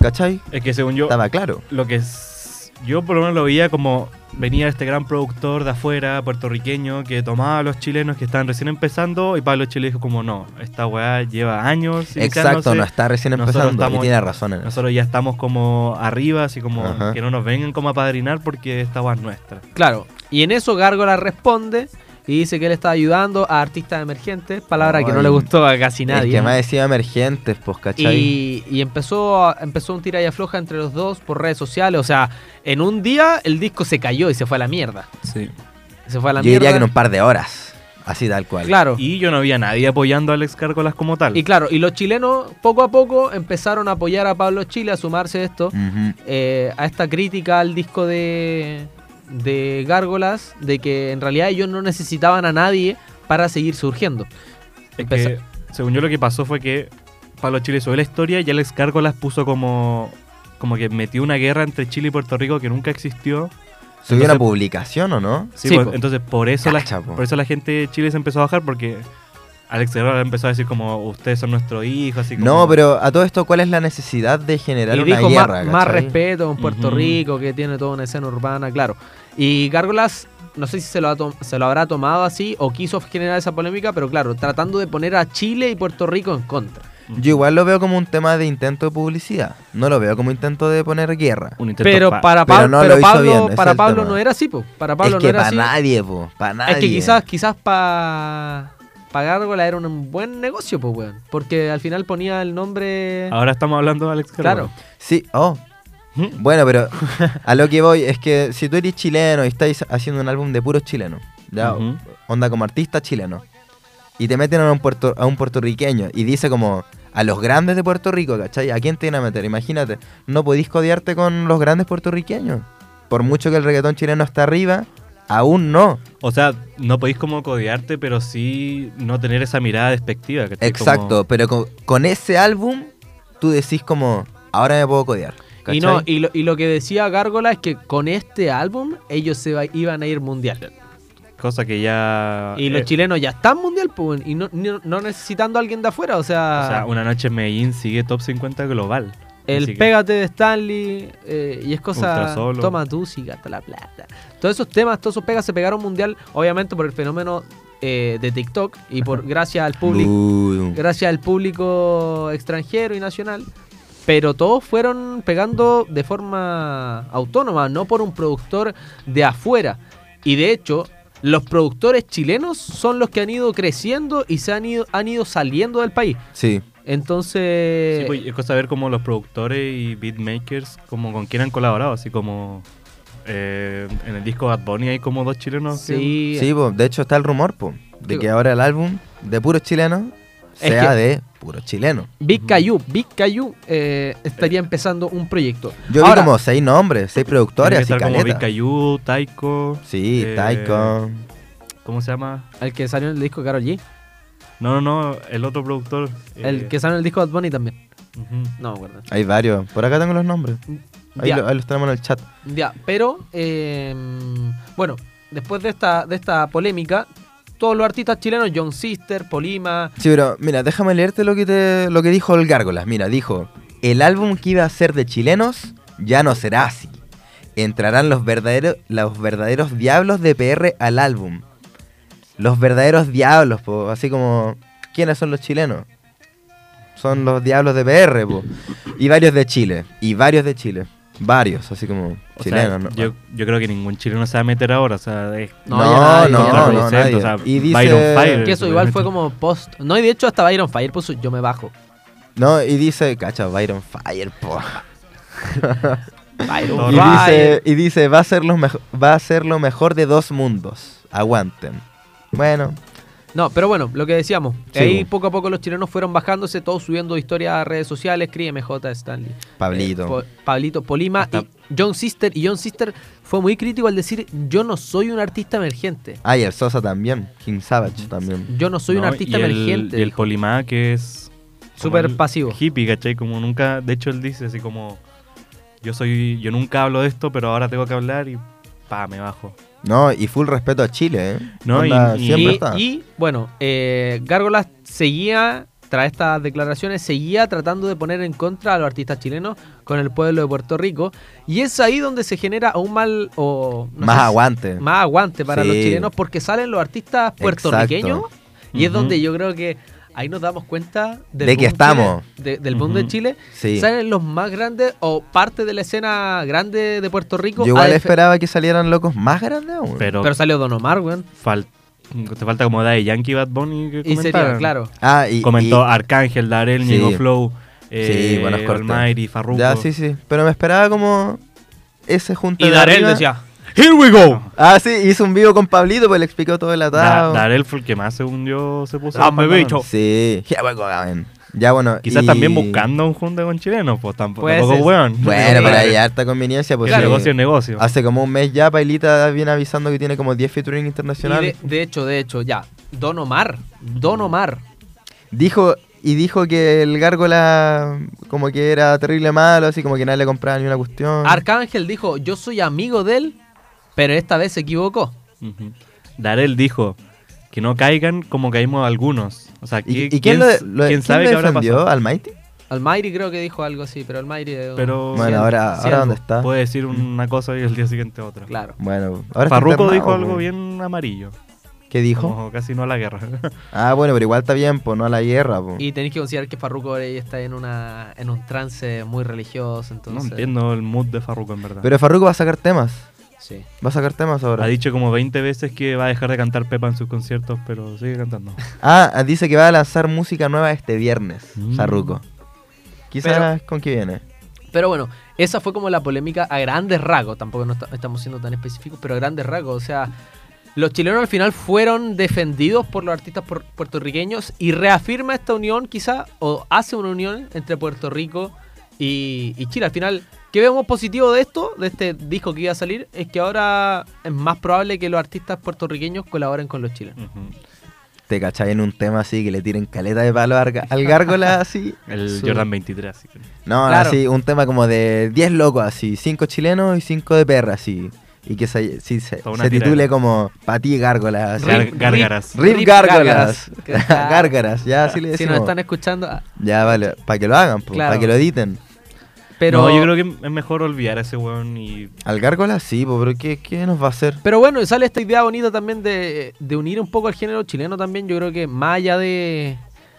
Speaker 2: ¿Cachai?
Speaker 3: es que según yo.
Speaker 2: Estaba claro.
Speaker 3: lo que es- yo por lo menos lo veía como venía este gran productor de afuera, puertorriqueño, que tomaba a los chilenos que estaban recién empezando y Pablo Chile dijo como no, esta weá lleva años.
Speaker 2: Exacto,
Speaker 3: iniciándose,
Speaker 2: no está recién
Speaker 3: Nosotros
Speaker 2: empezando.
Speaker 3: estamos-
Speaker 2: y tiene razón en eso.
Speaker 3: Nosotros ya estamos como arriba, así como
Speaker 2: Ajá.
Speaker 3: que no nos vengan como a padrinar porque esta weá es nuestra.
Speaker 4: Claro. Y en eso Gárgola responde y dice que él está ayudando a artistas emergentes, palabra que no
Speaker 2: Ay,
Speaker 4: le gustó a casi
Speaker 2: Es
Speaker 4: nadie.
Speaker 2: que más decía emergentes, pues, ¿cachai?
Speaker 4: y, y empezó a- empezó un tira y afloja entre los dos por redes sociales. O sea, en un día el disco se cayó y se fue a la mierda.
Speaker 3: Sí.
Speaker 4: Se fue a la
Speaker 2: Yo
Speaker 4: mierda.
Speaker 2: diría que en un par de horas. Así tal cual.
Speaker 4: Claro.
Speaker 3: Y yo no había nadie apoyando a Alex Cárcolas como tal.
Speaker 4: Y claro, y los chilenos poco a poco empezaron a apoyar a Pablo Chile, a sumarse a esto,
Speaker 2: Ujú.
Speaker 4: eh, a esta crítica al disco de, de Gárgolas, de que en realidad ellos no necesitaban a nadie para seguir surgiendo.
Speaker 3: Es que, según yo lo que pasó fue que Pablo Chile subió la historia y Alex Cárcolas puso como como que metió una guerra entre Chile y Puerto Rico que nunca existió.
Speaker 2: ¿Subió una
Speaker 3: Entonces-
Speaker 2: publicación o no?
Speaker 3: Sí,
Speaker 4: Sí,
Speaker 3: pues,
Speaker 4: po.
Speaker 3: entonces por eso,
Speaker 2: Cacha,
Speaker 3: la,
Speaker 2: po.
Speaker 3: por eso la gente de Chile se empezó a bajar porque Alex Guerrero empezó a decir como ustedes son nuestro hijo, así como...
Speaker 2: No, pero a todo esto, ¿cuál es la necesidad de generar
Speaker 4: Y
Speaker 2: una
Speaker 4: dijo ma-
Speaker 2: guerra?
Speaker 4: más,
Speaker 2: cachai?
Speaker 4: respeto con Puerto
Speaker 3: Ujú.
Speaker 4: Rico, que tiene toda una escena urbana, claro. Y Gárgolas, no sé si se lo, ha tom- se lo habrá tomado así o quiso generar esa polémica, pero claro, tratando de poner a Chile y Puerto Rico en contra.
Speaker 2: Yo igual lo veo como un tema de intento de publicidad. No lo veo como intento de poner guerra.
Speaker 3: Un intento
Speaker 4: Pero
Speaker 3: pa-
Speaker 4: para,
Speaker 2: pero
Speaker 4: Pab-
Speaker 2: no
Speaker 4: pero
Speaker 2: lo hizo
Speaker 4: Pablo,
Speaker 2: bien, ese
Speaker 4: para
Speaker 2: es el
Speaker 4: Pablo
Speaker 2: tema.
Speaker 4: no era así, po. para Pablo
Speaker 2: es
Speaker 4: no
Speaker 2: que
Speaker 4: era
Speaker 2: para
Speaker 4: así.
Speaker 2: nadie, po. Para nadie.
Speaker 4: Es que quizás, quizás para pa Gárgola era un buen negocio, pues, weón. Porque al final ponía el nombre.
Speaker 3: Ahora estamos hablando de Alex Guerrero.
Speaker 4: claro.
Speaker 2: Sí, oh.
Speaker 3: ¿Mm?
Speaker 2: Bueno, pero a lo que voy es que si tú eres chileno y estáis haciendo un álbum de puros chilenos, ya,
Speaker 3: Ujú.
Speaker 2: onda como artista chileno, y te meten a un, puerto, a un puertorriqueño y dice como a los grandes de Puerto Rico, ¿cachai? ¿A quién te iban a meter? Imagínate, no podís codiarte con los grandes puertorriqueños. Por mucho que el reggaetón chileno está arriba, aún no.
Speaker 3: O sea, no podéis como codearte, pero sí no tener esa mirada despectiva. ¿cachai?
Speaker 2: Exacto,
Speaker 3: Como-
Speaker 2: pero con, con ese álbum tú decís como, ahora me puedo codear.
Speaker 4: Y, no,
Speaker 2: ¿cachai?
Speaker 4: y, lo, y lo que decía Gárgola es que con este álbum ellos se va- iban a ir mundial.
Speaker 3: cosa que ya...
Speaker 4: Y los
Speaker 3: eh,
Speaker 4: chilenos ya están mundial, pues, weón, y no, ni- no necesitando a alguien de afuera. O sea,
Speaker 3: O sea, una noche en Medellín sigue top 50 global.
Speaker 4: el
Speaker 3: Así que-
Speaker 4: pégate de Stanley eh, y es cosa.
Speaker 3: Ultrasolo.
Speaker 4: Toma tú, si gasta la plata. Todos esos temas, todos esos pegas se pegaron mundial, obviamente por el fenómeno eh, de TikTok y por gracias al público.
Speaker 2: Uh.
Speaker 4: gracias al público extranjero y nacional. Pero todos fueron pegando de forma autónoma, no por un productor de afuera. Y de hecho, los productores chilenos son los que han ido creciendo y se han ido, han ido saliendo del país.
Speaker 2: Sí.
Speaker 4: Entonces,
Speaker 3: Sí, pues, y es cosa de ver como los productores y beatmakers, como con quién han colaborado, así como... eh, en el disco Bad Bunny hay como dos chilenos. que-
Speaker 4: Sí,
Speaker 2: Sí, po, de hecho está el rumor, po, de
Speaker 4: Sí.
Speaker 2: que ahora el álbum de puros chilenos
Speaker 4: Es
Speaker 2: sea
Speaker 4: que-
Speaker 2: de puros chilenos.
Speaker 4: Big Cayu, Big Cayu eh, estaría empezando un proyecto.
Speaker 2: Yo
Speaker 4: Ahora,
Speaker 2: vi como seis nombres,
Speaker 3: Tiene
Speaker 2: seis
Speaker 3: que
Speaker 2: productores, así
Speaker 3: estar como
Speaker 2: caleta.
Speaker 3: Vicayu, Taiko.
Speaker 2: Sí,
Speaker 3: eh,
Speaker 2: Taiko.
Speaker 3: ¿Cómo se llama?
Speaker 4: El que salió en el disco de Karol G.
Speaker 3: No, no, no, el otro productor.
Speaker 4: El
Speaker 3: eh,
Speaker 4: que salió en el disco de Bad Bunny también.
Speaker 3: ujú.
Speaker 4: No, me acuerdo.
Speaker 2: Hay varios. Por acá tengo los nombres. Ahí,
Speaker 4: Ya.
Speaker 2: lo- ahí los tenemos en el chat.
Speaker 4: Ya, pero eh, bueno, después de esta, de esta polémica, todos los artistas chilenos, John Sister, Polima,
Speaker 2: Sí, pero mira, déjame leerte lo que, te, lo que dijo el Gárgolas. Mira, dijo, el álbum que iba a ser de chilenos ya no será así. Entrarán los verdaderos, los verdaderos diablos de PR al álbum. Los verdaderos diablos, po. así como, ¿quiénes son los chilenos? Son los diablos de PR, po. Y varios de Chile, y varios de Chile. Varios, así como
Speaker 3: O sea,
Speaker 2: chilenos, ¿no?
Speaker 3: Yo, yo creo que ningún chileno se va a meter ahora. O sea, es
Speaker 4: No,
Speaker 2: No,
Speaker 4: ya
Speaker 2: no,
Speaker 4: nadie,
Speaker 2: no,
Speaker 4: ya
Speaker 2: no,
Speaker 3: nadie.
Speaker 2: nadie.
Speaker 3: O sea,
Speaker 2: y dice,
Speaker 3: Byron Fire.
Speaker 4: que eso igual fue como post. No, y de hecho hasta Byron Fire puso yo me bajo.
Speaker 2: No, y dice, cacha, Byron Fire, po.
Speaker 4: Byron
Speaker 3: No,
Speaker 2: Y
Speaker 3: Right.
Speaker 2: dice, y dice, va a ser lo mejo- va a ser lo mejor de dos mundos. Aguanten. Bueno,
Speaker 4: No, pero bueno, lo que decíamos,
Speaker 2: Sí,
Speaker 4: ahí
Speaker 2: bueno.
Speaker 4: poco a poco los chilenos fueron bajándose, todos subiendo historias a redes sociales, Cris MJ Stanley. Eh,
Speaker 2: Pablito.
Speaker 4: Po- Pablito Polima
Speaker 3: Hasta-
Speaker 4: y John Sister. Y John Sister fue muy crítico al decir yo no soy un artista emergente.
Speaker 2: Ah, y el Sosa también. King Savage también.
Speaker 4: Yo no soy un
Speaker 3: No,
Speaker 4: artista
Speaker 3: y el-
Speaker 4: emergente.
Speaker 3: y el
Speaker 4: dijo.
Speaker 3: Polimá, que es. como
Speaker 4: Súper
Speaker 3: el
Speaker 4: pasivo.
Speaker 3: Hippie, ¿cachai? Como nunca. De hecho, él dice así como. Yo soy. Yo nunca hablo de esto, pero ahora tengo que hablar y. Pa, me bajo.
Speaker 2: No, y full respeto a Chile, ¿eh?
Speaker 3: No, y-
Speaker 2: Onda,
Speaker 3: y-
Speaker 2: siempre
Speaker 4: y,
Speaker 2: está.
Speaker 4: y, bueno, eh, Gárgolas seguía, tras estas declaraciones, seguía tratando de poner en contra a los artistas chilenos con el pueblo de Puerto Rico. Y es ahí donde se genera un mal o no
Speaker 2: Más
Speaker 4: sé si-
Speaker 2: aguante.
Speaker 4: más aguante para
Speaker 2: Sí.
Speaker 4: los chilenos porque salen los artistas puertorriqueños
Speaker 2: Exacto.
Speaker 4: y es
Speaker 3: Ujú.
Speaker 4: donde yo creo que ahí nos damos cuenta
Speaker 2: De que
Speaker 4: boom
Speaker 2: estamos.
Speaker 4: Chile- de- del boom de
Speaker 3: Ujú.
Speaker 4: Chile.
Speaker 2: Sí.
Speaker 4: Salen los más grandes o parte de la escena grande de Puerto Rico.
Speaker 2: Yo igual
Speaker 4: a def-
Speaker 2: esperaba que salieran locos más grandes aún.
Speaker 3: Pero,
Speaker 4: Pero salió Don Omar, weón.
Speaker 3: fal- te falta como Daddy Yankee, Bad Bunny. Que
Speaker 4: Y sería,
Speaker 3: comentaran.
Speaker 4: claro.
Speaker 2: ah, y,
Speaker 3: Comentó
Speaker 2: y-
Speaker 3: Arcángel, Darel,
Speaker 2: Sí.
Speaker 3: Ñigo Flow. Eh,
Speaker 2: Sí, buenos cortes.
Speaker 3: Almighty, Farruko.
Speaker 2: Ya, sí, sí. Pero me esperaba como ese junte
Speaker 4: Y
Speaker 2: de
Speaker 4: Darel
Speaker 2: arriba.
Speaker 4: decía,
Speaker 3: Here we go.
Speaker 2: Ah, sí, hizo un vivo con Pablito, pues le explicó todo el atado.
Speaker 3: Darel fue el que más, según yo, se puso.
Speaker 2: Ah,
Speaker 4: Dame
Speaker 3: pantalón.
Speaker 4: bicho.
Speaker 2: Sí, ya, bueno, cabrón. Ya, bueno.
Speaker 3: Quizás
Speaker 2: y-
Speaker 3: también buscando un junte con chilenos, pues tampoco,
Speaker 4: Puede
Speaker 3: tampoco
Speaker 4: ser.
Speaker 3: weón.
Speaker 2: Bueno, pero hay harta conveniencia. Pues,
Speaker 3: El
Speaker 2: sí.
Speaker 3: negocio es negocio.
Speaker 2: Hace como un mes ya Pailita viene avisando que tiene como 10 featuring
Speaker 4: y de,
Speaker 2: internacionales.
Speaker 4: de hecho, de hecho, ya. Don Omar. Don Omar.
Speaker 2: Dijo y dijo que el gárgola como que era terrible malo, así como que nadie le compraba ni una cuestión.
Speaker 4: Arcángel dijo, yo soy amigo de él, pero esta vez se equivocó.
Speaker 3: Ujú. Darel dijo que no caigan como caímos algunos. O sea,
Speaker 2: ¿Y,
Speaker 3: ¿qué-
Speaker 2: y quién, lo, lo-
Speaker 3: quién
Speaker 2: quién
Speaker 3: sabe
Speaker 2: lo
Speaker 3: qué habrá
Speaker 2: defendió?
Speaker 3: pasado?
Speaker 2: ¿Almighty?
Speaker 4: Almairi creo que dijo algo así, pero Almairi... eh,
Speaker 3: Pero-
Speaker 4: un
Speaker 2: Bueno,
Speaker 4: siervo,
Speaker 2: ahora,
Speaker 4: siervo.
Speaker 2: ahora ¿dónde está?
Speaker 3: Puede decir una cosa y el día siguiente otra.
Speaker 4: Claro.
Speaker 2: Bueno, ahora está
Speaker 3: Farruko
Speaker 2: internado,
Speaker 3: dijo
Speaker 2: pues.
Speaker 3: algo bien amarillo.
Speaker 2: ¿Qué dijo?
Speaker 3: Como casi no a la guerra.
Speaker 2: Ah, bueno, pero igual está bien, pues no a la guerra, pues.
Speaker 4: Y tenéis que considerar que Farruko ahora ya está en una en un trance muy religioso,
Speaker 3: no
Speaker 4: entonces.
Speaker 3: entiendo el mood de Farruko, en verdad.
Speaker 2: Pero Farruko va a sacar temas.
Speaker 4: Sí.
Speaker 2: Va a sacar temas
Speaker 3: ha
Speaker 2: ahora.
Speaker 3: dicho como 20 veces que va a dejar de cantar Pepa en sus conciertos, pero sigue cantando.
Speaker 2: Ah, dice que va a lanzar música nueva este viernes,
Speaker 3: Mm.
Speaker 2: Farruko. Quizás con qué viene.
Speaker 4: Pero bueno, esa fue como la polémica a grandes rasgos, tampoco no esta- estamos siendo tan específicos, pero a grandes rasgos, o sea, los chilenos al final fueron defendidos por los artistas puer- puertorriqueños y reafirma esta unión quizá, o hace una unión entre Puerto Rico y, y Chile. Al final, ¿qué vemos positivo de esto, de este disco que iba a salir? Es que ahora es más probable que los artistas puertorriqueños colaboren con los chilenos.
Speaker 3: Ujú.
Speaker 2: te cachai en un tema así que le tiren caleta de palo al, al gárgola así.
Speaker 3: El
Speaker 2: Su-
Speaker 3: Jordan 23. así que-
Speaker 2: No, no,
Speaker 4: Claro.
Speaker 2: así, un tema como de 10 locos así, 5 chilenos y 5 de perra así. Y que se, sí, se,
Speaker 3: Toda una
Speaker 2: se titule
Speaker 3: tirada.
Speaker 2: como Patí Gárgolas. así.
Speaker 3: Gar-
Speaker 4: Rip-
Speaker 3: gárgaras.
Speaker 2: Rip,
Speaker 4: Rip
Speaker 2: Gárgolas.
Speaker 4: Gárgaras.
Speaker 2: Gárgaras, ya así Ah, le
Speaker 4: si
Speaker 2: decimos.
Speaker 4: nos están escuchando, ah,
Speaker 2: Ya vale, para que lo hagan,
Speaker 4: Claro.
Speaker 2: para que lo editen.
Speaker 4: pero...
Speaker 3: No, yo creo que es mejor olvidar a ese weón y
Speaker 2: Al Gárgolas sí, po, pero ¿qué, ¿qué nos va a hacer?
Speaker 4: Pero bueno, sale esta idea bonita también de, de unir un poco al género chileno también. Yo creo que más allá de,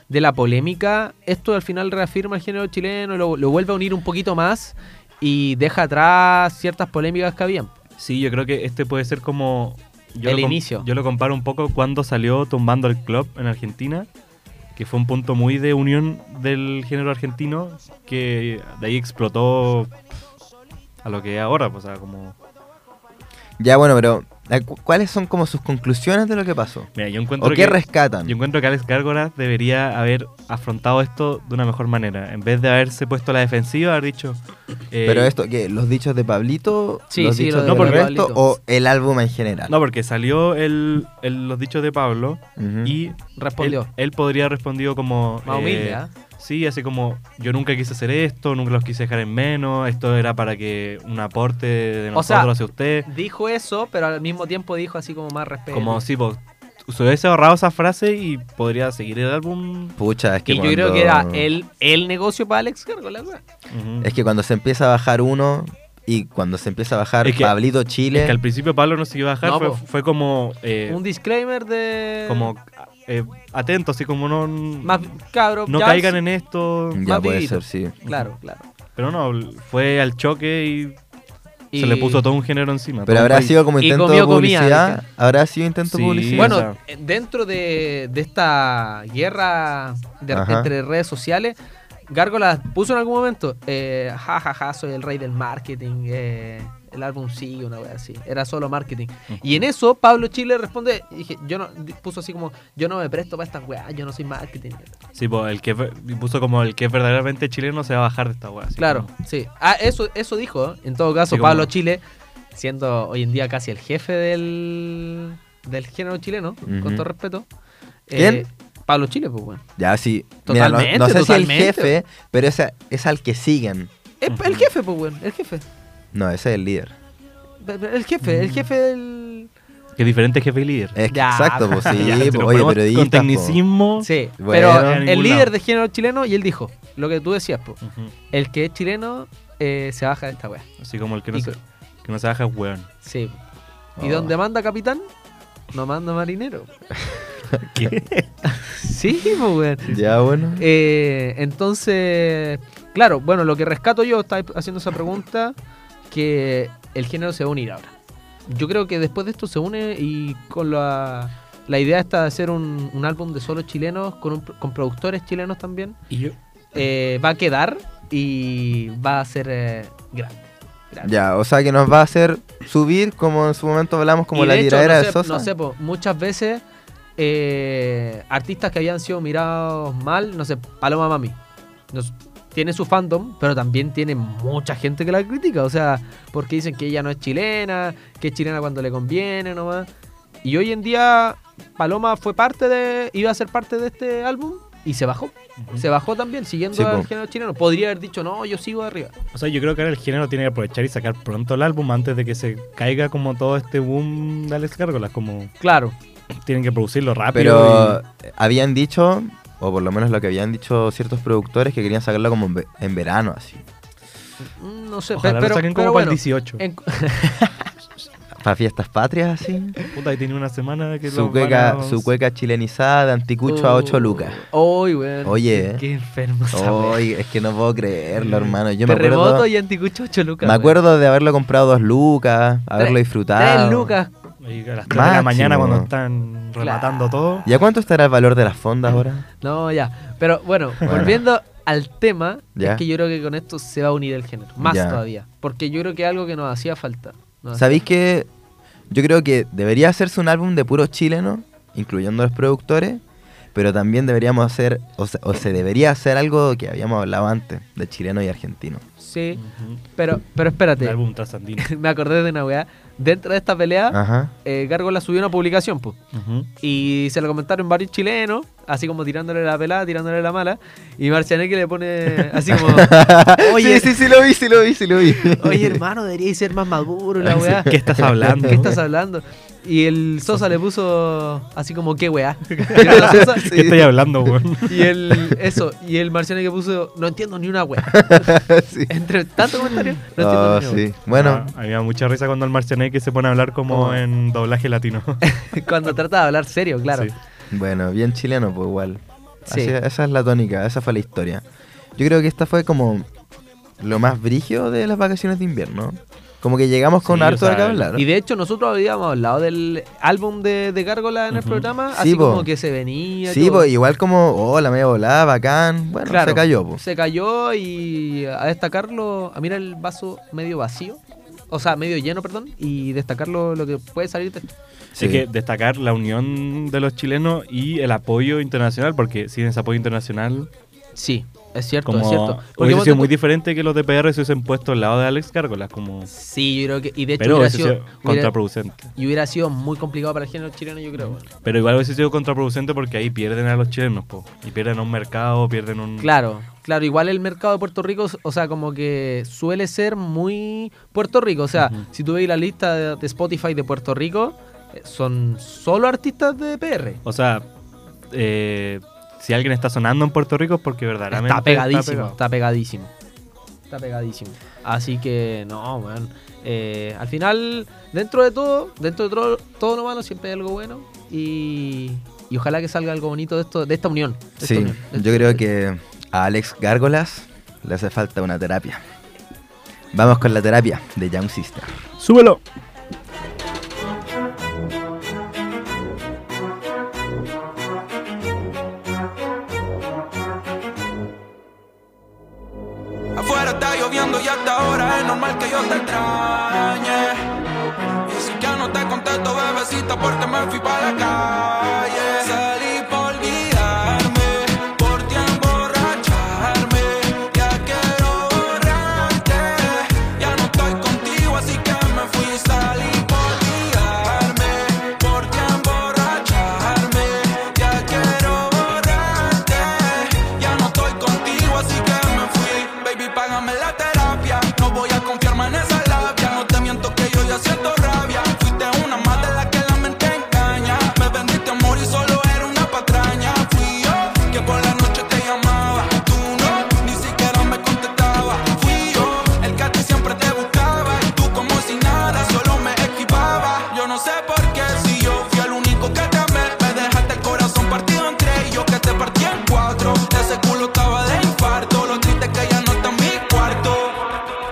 Speaker 4: de la polémica, esto al final reafirma el género chileno, lo, lo vuelve a unir un poquito más y deja atrás ciertas polémicas que habían.
Speaker 3: Sí, yo creo que este puede ser como... Yo
Speaker 4: El
Speaker 3: lo com-
Speaker 4: inicio.
Speaker 3: Yo lo comparo un poco cuando salió Tumbando el Club en Argentina, que fue un punto muy de unión del género argentino, que de ahí explotó a lo que es ahora, pues, o sea, como
Speaker 2: Ya, bueno, pero eh, cu- ¿cuáles son como sus conclusiones de lo que pasó?
Speaker 3: Mira, yo encuentro
Speaker 2: ¿O qué
Speaker 3: que...
Speaker 2: rescatan?
Speaker 3: Yo encuentro que Alex Gárgoras debería haber afrontado esto de una mejor manera. En vez de haberse puesto a la defensiva, haber dicho. eh,
Speaker 2: Pero esto, ¿qué? ¿Los dichos de Pablito?
Speaker 4: Sí,
Speaker 2: ¿Los
Speaker 4: sí,
Speaker 2: dichos
Speaker 4: lo
Speaker 2: de
Speaker 3: de
Speaker 2: Roberto?
Speaker 4: Pablito.
Speaker 2: ¿O el álbum en general?
Speaker 3: No, porque salió el, el- los dichos de Pablo
Speaker 2: Ujú.
Speaker 3: y
Speaker 4: Respondió.
Speaker 3: Él, él podría haber respondido como.
Speaker 4: Más
Speaker 3: eh,
Speaker 4: humilde, ¿ah?
Speaker 3: Sí, así como yo nunca quise hacer esto, nunca los quise dejar en menos, esto era para que un aporte de
Speaker 4: O sea,
Speaker 3: nosotros hacia usted.
Speaker 4: Dijo eso, pero al mismo tiempo dijo así como más respeto.
Speaker 3: Como si vos se hubiese ahorrado esa frase y podría seguir el álbum.
Speaker 2: Pucha, es que
Speaker 4: y yo
Speaker 2: cuando...
Speaker 4: creo que era el, el negocio para Alex Gárgolas, weón.
Speaker 3: Ujú.
Speaker 2: Es que cuando se empieza a bajar uno y cuando se empieza a bajar
Speaker 3: Es que-
Speaker 2: Pablito Chile...
Speaker 3: Es que al principio Pablo no se iba a dejar,
Speaker 4: No,
Speaker 3: fue,
Speaker 4: po.
Speaker 3: fue como. eh,
Speaker 4: Un disclaimer de.
Speaker 3: como eh, atento, así como no,
Speaker 4: Más cabro.
Speaker 3: no
Speaker 4: ya
Speaker 3: caigan
Speaker 4: sí.
Speaker 3: en esto.
Speaker 2: ya
Speaker 4: más
Speaker 2: puede
Speaker 4: vivito.
Speaker 2: ser, sí.
Speaker 4: Claro, claro.
Speaker 3: Pero no, fue al choque y,
Speaker 4: Y-
Speaker 3: se le puso todo un género encima.
Speaker 2: Pero
Speaker 3: todo un
Speaker 2: habrá
Speaker 3: país.
Speaker 2: sido como
Speaker 4: Y
Speaker 2: intento
Speaker 4: comió
Speaker 2: de
Speaker 4: comida,
Speaker 2: publicidad.
Speaker 4: dije.
Speaker 2: Habrá sido intento de
Speaker 3: Sí.
Speaker 2: publicidad.
Speaker 3: Bueno,
Speaker 4: Bueno, eh, dentro de, de esta guerra de-
Speaker 2: Ajá.
Speaker 4: entre redes sociales, Gárgolas puso en algún momento, eh, ja, ja, ja, soy el rey del marketing, eh, el álbum sigue, una wea así, era solo marketing. Y en eso Pablo Chile responde, y dije, yo no, di- puso así como, yo no me presto para estas weas, yo no soy marketing.
Speaker 3: Sí, po, el que fue- puso como el que es verdaderamente chileno se va a bajar de esta wea. así
Speaker 4: claro,
Speaker 3: como-
Speaker 4: sí. Ah, eso, eso dijo, ¿eh? en todo caso,
Speaker 3: Sí, como-
Speaker 4: Pablo Chile, siendo hoy en día casi el jefe del, del género chileno,
Speaker 2: Ujú.
Speaker 4: con todo respeto. eh,
Speaker 2: ¿Quién?
Speaker 4: Pablo Chile, pues bueno.
Speaker 2: Ya, sí. Mira, no- no,
Speaker 4: Totalmente,
Speaker 2: sé si el
Speaker 4: totalmente.
Speaker 2: jefe, pero ese es al que siguen.
Speaker 4: Es
Speaker 3: Ujú.
Speaker 4: el jefe, pues, weón. El jefe.
Speaker 2: No, ese es el líder.
Speaker 4: El jefe, el jefe del.
Speaker 3: Que diferente jefe y líder.
Speaker 2: Es que-
Speaker 4: Ya,
Speaker 2: exacto, pues sí,
Speaker 3: Ya, si
Speaker 2: po,
Speaker 3: nos
Speaker 2: oye,
Speaker 3: ponemos
Speaker 2: periodista.
Speaker 3: Con tecnicismo.
Speaker 4: Sí,
Speaker 2: Bueno.
Speaker 4: pero
Speaker 3: En
Speaker 4: el
Speaker 3: ningún
Speaker 4: líder
Speaker 3: lado.
Speaker 4: de género chileno, y él dijo, lo que tú decías, pues,
Speaker 3: Ujú.
Speaker 4: el que es chileno eh, se baja de esta weá.
Speaker 3: Así como el que no,
Speaker 4: Y-
Speaker 3: se, que no se baja es weón.
Speaker 4: Sí.
Speaker 2: po.
Speaker 4: Y
Speaker 2: Oh.
Speaker 4: donde manda capitán, no manda marinero.
Speaker 3: ¿Qué?
Speaker 4: Sí, pues, weón.
Speaker 2: Ya, bueno.
Speaker 4: Eh, entonces, claro, bueno, lo que rescato yo, está haciendo esa pregunta, que el género se va a unir ahora. Yo creo que después de esto se une y con la, la idea está de hacer un, un álbum de solo chilenos, con, un- con productores chilenos también,
Speaker 3: Y yo.
Speaker 4: eh, va a quedar y va a ser eh, grande. grande.
Speaker 2: Ya, o sea que nos va a hacer subir, como en su momento hablamos, como
Speaker 4: Y
Speaker 2: la
Speaker 4: de hecho,
Speaker 2: tiradera
Speaker 4: no
Speaker 2: de,
Speaker 4: sé,
Speaker 2: Sosa.
Speaker 4: No sé, po, muchas veces eh, artistas que habían sido mirados mal, no sé, Paloma Mami, nos- tiene su fandom, pero también tiene mucha gente que la critica, o sea, porque dicen que ella no es chilena, que es chilena cuando le conviene nomás. Y hoy en día Paloma fue parte de, iba a ser parte de este álbum y se bajó. Se bajó también siguiendo
Speaker 2: Sí, po.
Speaker 4: al género chileno. Podría haber dicho, no, yo sigo arriba.
Speaker 3: O sea, yo creo que ahora el género tiene que aprovechar y sacar pronto el álbum antes de que se caiga como todo este boom de Alex Gárgolas. Como
Speaker 4: Claro.
Speaker 3: tienen que producirlo rápido.
Speaker 2: Pero habían dicho, o por lo menos lo que habían dicho ciertos productores, que querían sacarlo como en, ve- en verano, así.
Speaker 4: Mm, No
Speaker 3: y
Speaker 4: sé,
Speaker 3: ojalá
Speaker 4: pe- pero,
Speaker 3: lo saquen como
Speaker 4: pero
Speaker 3: para el
Speaker 4: bueno,
Speaker 3: 18.
Speaker 4: en-
Speaker 2: Para fiestas patrias, así.
Speaker 3: Puta, ahí tiene una semana que
Speaker 2: Su
Speaker 3: lo
Speaker 2: cueca,
Speaker 3: van a-
Speaker 2: su cueca chilenizada, anticucho a
Speaker 4: Oh,
Speaker 2: 8 lucas.
Speaker 4: Oy, weón.
Speaker 2: Oye.
Speaker 4: Qué enfermo esa wea.
Speaker 2: Ay, es que no puedo creerlo, hermano. Yo me
Speaker 4: Mm. Terremoto
Speaker 2: acuerdo,
Speaker 4: y anticucho 8 lucas.
Speaker 2: me
Speaker 4: weón.
Speaker 2: acuerdo de haberlo comprado dos lucas, haberlo
Speaker 4: Tres-
Speaker 2: disfrutado.
Speaker 4: Tres lucas.
Speaker 3: Ahí a las 3 de la
Speaker 2: Máximo.
Speaker 3: mañana cuando están rematando todo.
Speaker 2: ¿Y a cuánto estará el valor de las fondas ahora?
Speaker 4: No, ya. Pero bueno,
Speaker 2: Bueno.
Speaker 4: volviendo al tema,
Speaker 2: Ya.
Speaker 4: es que yo creo que con esto se va a unir el género. Más
Speaker 2: Ya.
Speaker 4: todavía. Porque yo creo que es algo que nos hacía falta. Nos
Speaker 2: ¿Sabéis que yo creo que debería hacerse un álbum de puros chilenos, incluyendo los productores, pero también deberíamos hacer, o se, o se debería hacer algo que habíamos hablado antes, de chileno y argentino.
Speaker 4: hacía- Sí,
Speaker 3: Ujú.
Speaker 4: pero, pero
Speaker 3: El
Speaker 4: espérate.
Speaker 3: álbum trasandino.
Speaker 4: Me acordé de una weá. Dentro de esta pelea,
Speaker 2: Ajá.
Speaker 4: eh, Gárgola subió una publicación, pues.
Speaker 3: Ujú.
Speaker 4: Y se lo comentaron varios chilenos, así como tirándole la pelada, tirándole la mala. Y Marcianeque le pone así como... Oye,
Speaker 2: sí, sí, sí lo vi, sí lo vi, sí lo vi.
Speaker 4: Oye, hermano, deberíais ser más maduro, la weá.
Speaker 3: Ah, ¿Qué estás hablando?
Speaker 4: ¿Qué estás hablando? Y el Sosa le puso así como, ¿qué weá? Pero Sosa-
Speaker 3: ¿Qué estoy hablando, weón?
Speaker 4: Y el, eso, y el marciano que puso, no entiendo ni una weá.
Speaker 2: Sí.
Speaker 4: Entre tanto comentario, no entiendo
Speaker 2: Oh,
Speaker 4: ni una
Speaker 2: sí. Bueno,
Speaker 3: Ah, a mí me da mucha risa cuando el Marcianeque se pone a hablar como
Speaker 4: Oh.
Speaker 3: en doblaje latino.
Speaker 4: weá. Cuando trata de hablar serio, claro.
Speaker 3: Sí.
Speaker 2: Bueno, bien chileno, pues igual.
Speaker 4: Sí.
Speaker 2: Así- esa es la tónica, esa fue la historia. Yo creo que esta fue como lo más brigio de las vacaciones de invierno. Como que llegamos con
Speaker 3: Sí,
Speaker 2: harto
Speaker 3: o sea,
Speaker 2: de qué hablar.
Speaker 4: Y de hecho, nosotros habíamos hablado del álbum de, de Gárgola en el
Speaker 3: Ujú.
Speaker 4: programa,
Speaker 2: Sí,
Speaker 4: así
Speaker 2: po.
Speaker 4: como que se venía. y
Speaker 2: Sí,
Speaker 4: todo.
Speaker 2: pues igual como, oh, la media volada, bacán. Bueno,
Speaker 4: Claro,
Speaker 2: se cayó, pues.
Speaker 4: Se cayó y a destacarlo, a mirar el vaso medio vacío. o sea, medio lleno, perdón, y destacar lo, lo que puede salir de esto.
Speaker 3: Así
Speaker 2: Sí.
Speaker 3: que destacar la unión de los chilenos y el apoyo internacional, porque sin ese apoyo internacional,
Speaker 4: Sí, es cierto,
Speaker 3: como
Speaker 4: es cierto. Porque
Speaker 3: hubiese
Speaker 4: vos
Speaker 3: sido
Speaker 4: te-
Speaker 3: muy diferente que los de PR se hubiesen puesto al lado de Alex Cárgolas, como...
Speaker 4: Sí, yo creo que. Y de hecho,
Speaker 3: Pero
Speaker 4: hubiera
Speaker 3: hubiese
Speaker 4: sido,
Speaker 3: sido
Speaker 4: hubiera-
Speaker 3: contraproducente.
Speaker 4: y hubiera sido muy complicado para el género chileno, yo creo. bueno.
Speaker 3: Pero igual hubiese sido contraproducente porque ahí pierden a los chilenos, po. Y pierden un mercado, pierden un...
Speaker 4: Claro, claro, igual el mercado de Puerto Rico, o sea, como que suele ser muy Puerto Rico. O sea,
Speaker 3: Ujú.
Speaker 4: si tú veis la lista de, de Spotify de Puerto Rico, eh, son solo artistas de PR.
Speaker 3: O sea, eh, si alguien está sonando en Puerto Rico es porque verdaderamente
Speaker 4: Está pegadísimo,
Speaker 3: pegado.
Speaker 4: está, pegadísimo. Está pegadísimo. Así que, no, weón. Eh, al final, dentro de todo, dentro de todo, todo lo malo, siempre hay algo bueno. Y, y ojalá que salga algo bonito de esto de esta unión. de esta
Speaker 2: Sí,
Speaker 4: unión, de
Speaker 2: yo
Speaker 4: esta-
Speaker 2: creo que a Alex Gárgolas le hace falta una terapia. Vamos con la terapia de Young Sister.
Speaker 3: ¡Súbelo!
Speaker 6: Afuera está lloviendo y hasta ahora es normal que yo te extrañe. Y si ya no te contesto, bebecita, porque me fui para la calle. Salí por olvidarme, por ti a emborracharme. Ya quiero borrarte, ya no estoy contigo, así que me fui. Salí por olvidarme, por ti a emborracharme. Ya quiero borrarte, ya no estoy contigo, así que me fui. Baby, págame la terapia, no voy a confiarme en esa labia. No te miento que yo ya siento rabia. Fuiste una más de la que la mente engaña. Me vendiste amor y solo era una patraña. Fui yo que por la noche te llamaba. Tú no, ni siquiera me contestaba. Fui yo el que a ti siempre te buscaba. Y tú como si nada, solo me esquivaba. Yo no sé por qué si yo fui el único que te amé. Me dejaste el corazón partido en tres y yo que te partí en cuatro. Ese culo estaba de infarto. Lo triste es que ya no está en mi cuarto.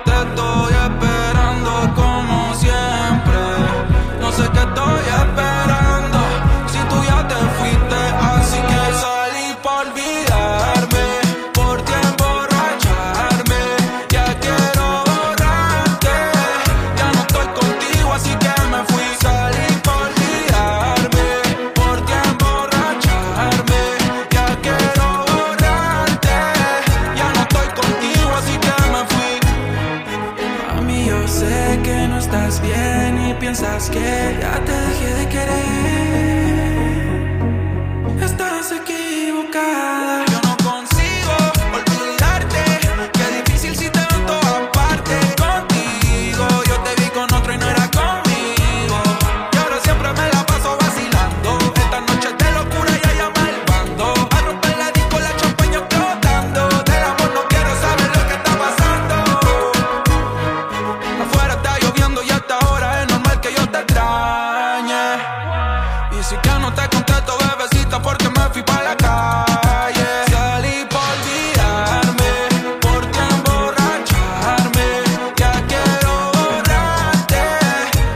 Speaker 6: Te estoy esperando como siempre. No sé qué estoy esperando. Si tú ya te fuiste, así que salí por olvidarme. Por ti a emborracharme. Ya quiero borrarte. Ya no estoy contigo, así que me fui. Salí por olvidarme. Por ti a emborracharme. Ya quiero borrarte. Ya no estoy contigo, así que me fui. A mí yo sé que no estás bien y piensas que ya te dejé de querer. Estás equivocada. Yo no consigo olvidarte. Qué difícil si te veo en todas partes contigo. Yo te vi con otro y no era conmigo. Y ahora siempre me la paso vacilando. Esta noche de locura ya llama el bando. A romper la disco, la champaña explotando. Del amor no quiero saber lo que está pasando. Afuera está lloviendo y hasta ahora es normal que yo te extrañe. Y si que no te contesto, bebecita, porque me fui para la calle. Salí por olvidarme, por ti a emborracharme. Ya quiero borrarte,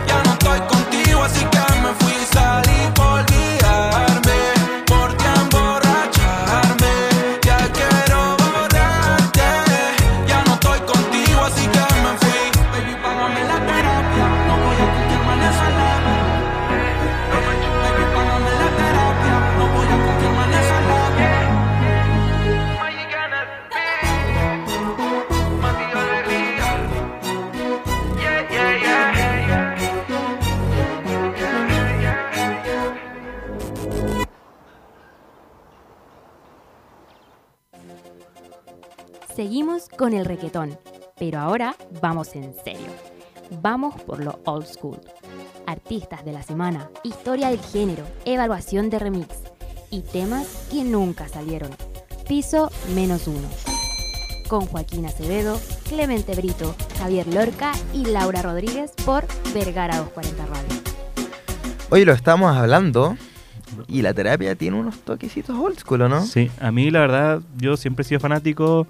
Speaker 6: ya no estoy contigo, así que me fui. Salí por olvidarme, por ti a emborracharme. Ya quiero borrarte, ya no estoy contigo, así que me fui. Baby, págame la terapia, no voy a confiarme en esa labia. Baby, págame la terapia, no voy a confiarme en esa labia.
Speaker 1: Seguimos con el requetón, pero ahora vamos en serio. Vamos por lo old school. Artistas de la semana, historia del género, evaluación de remix y temas que nunca salieron. Piso menos uno. Con Joaquín Acevedo, Clemente Brito, Javier Lorca y Laura Rodríguez por Vergara 240 Radio.
Speaker 2: Hoy lo estamos hablando y la terapia tiene unos toquecitos old school, ¿o ¿no?
Speaker 3: Sí, a mí la verdad, yo siempre he sido fanático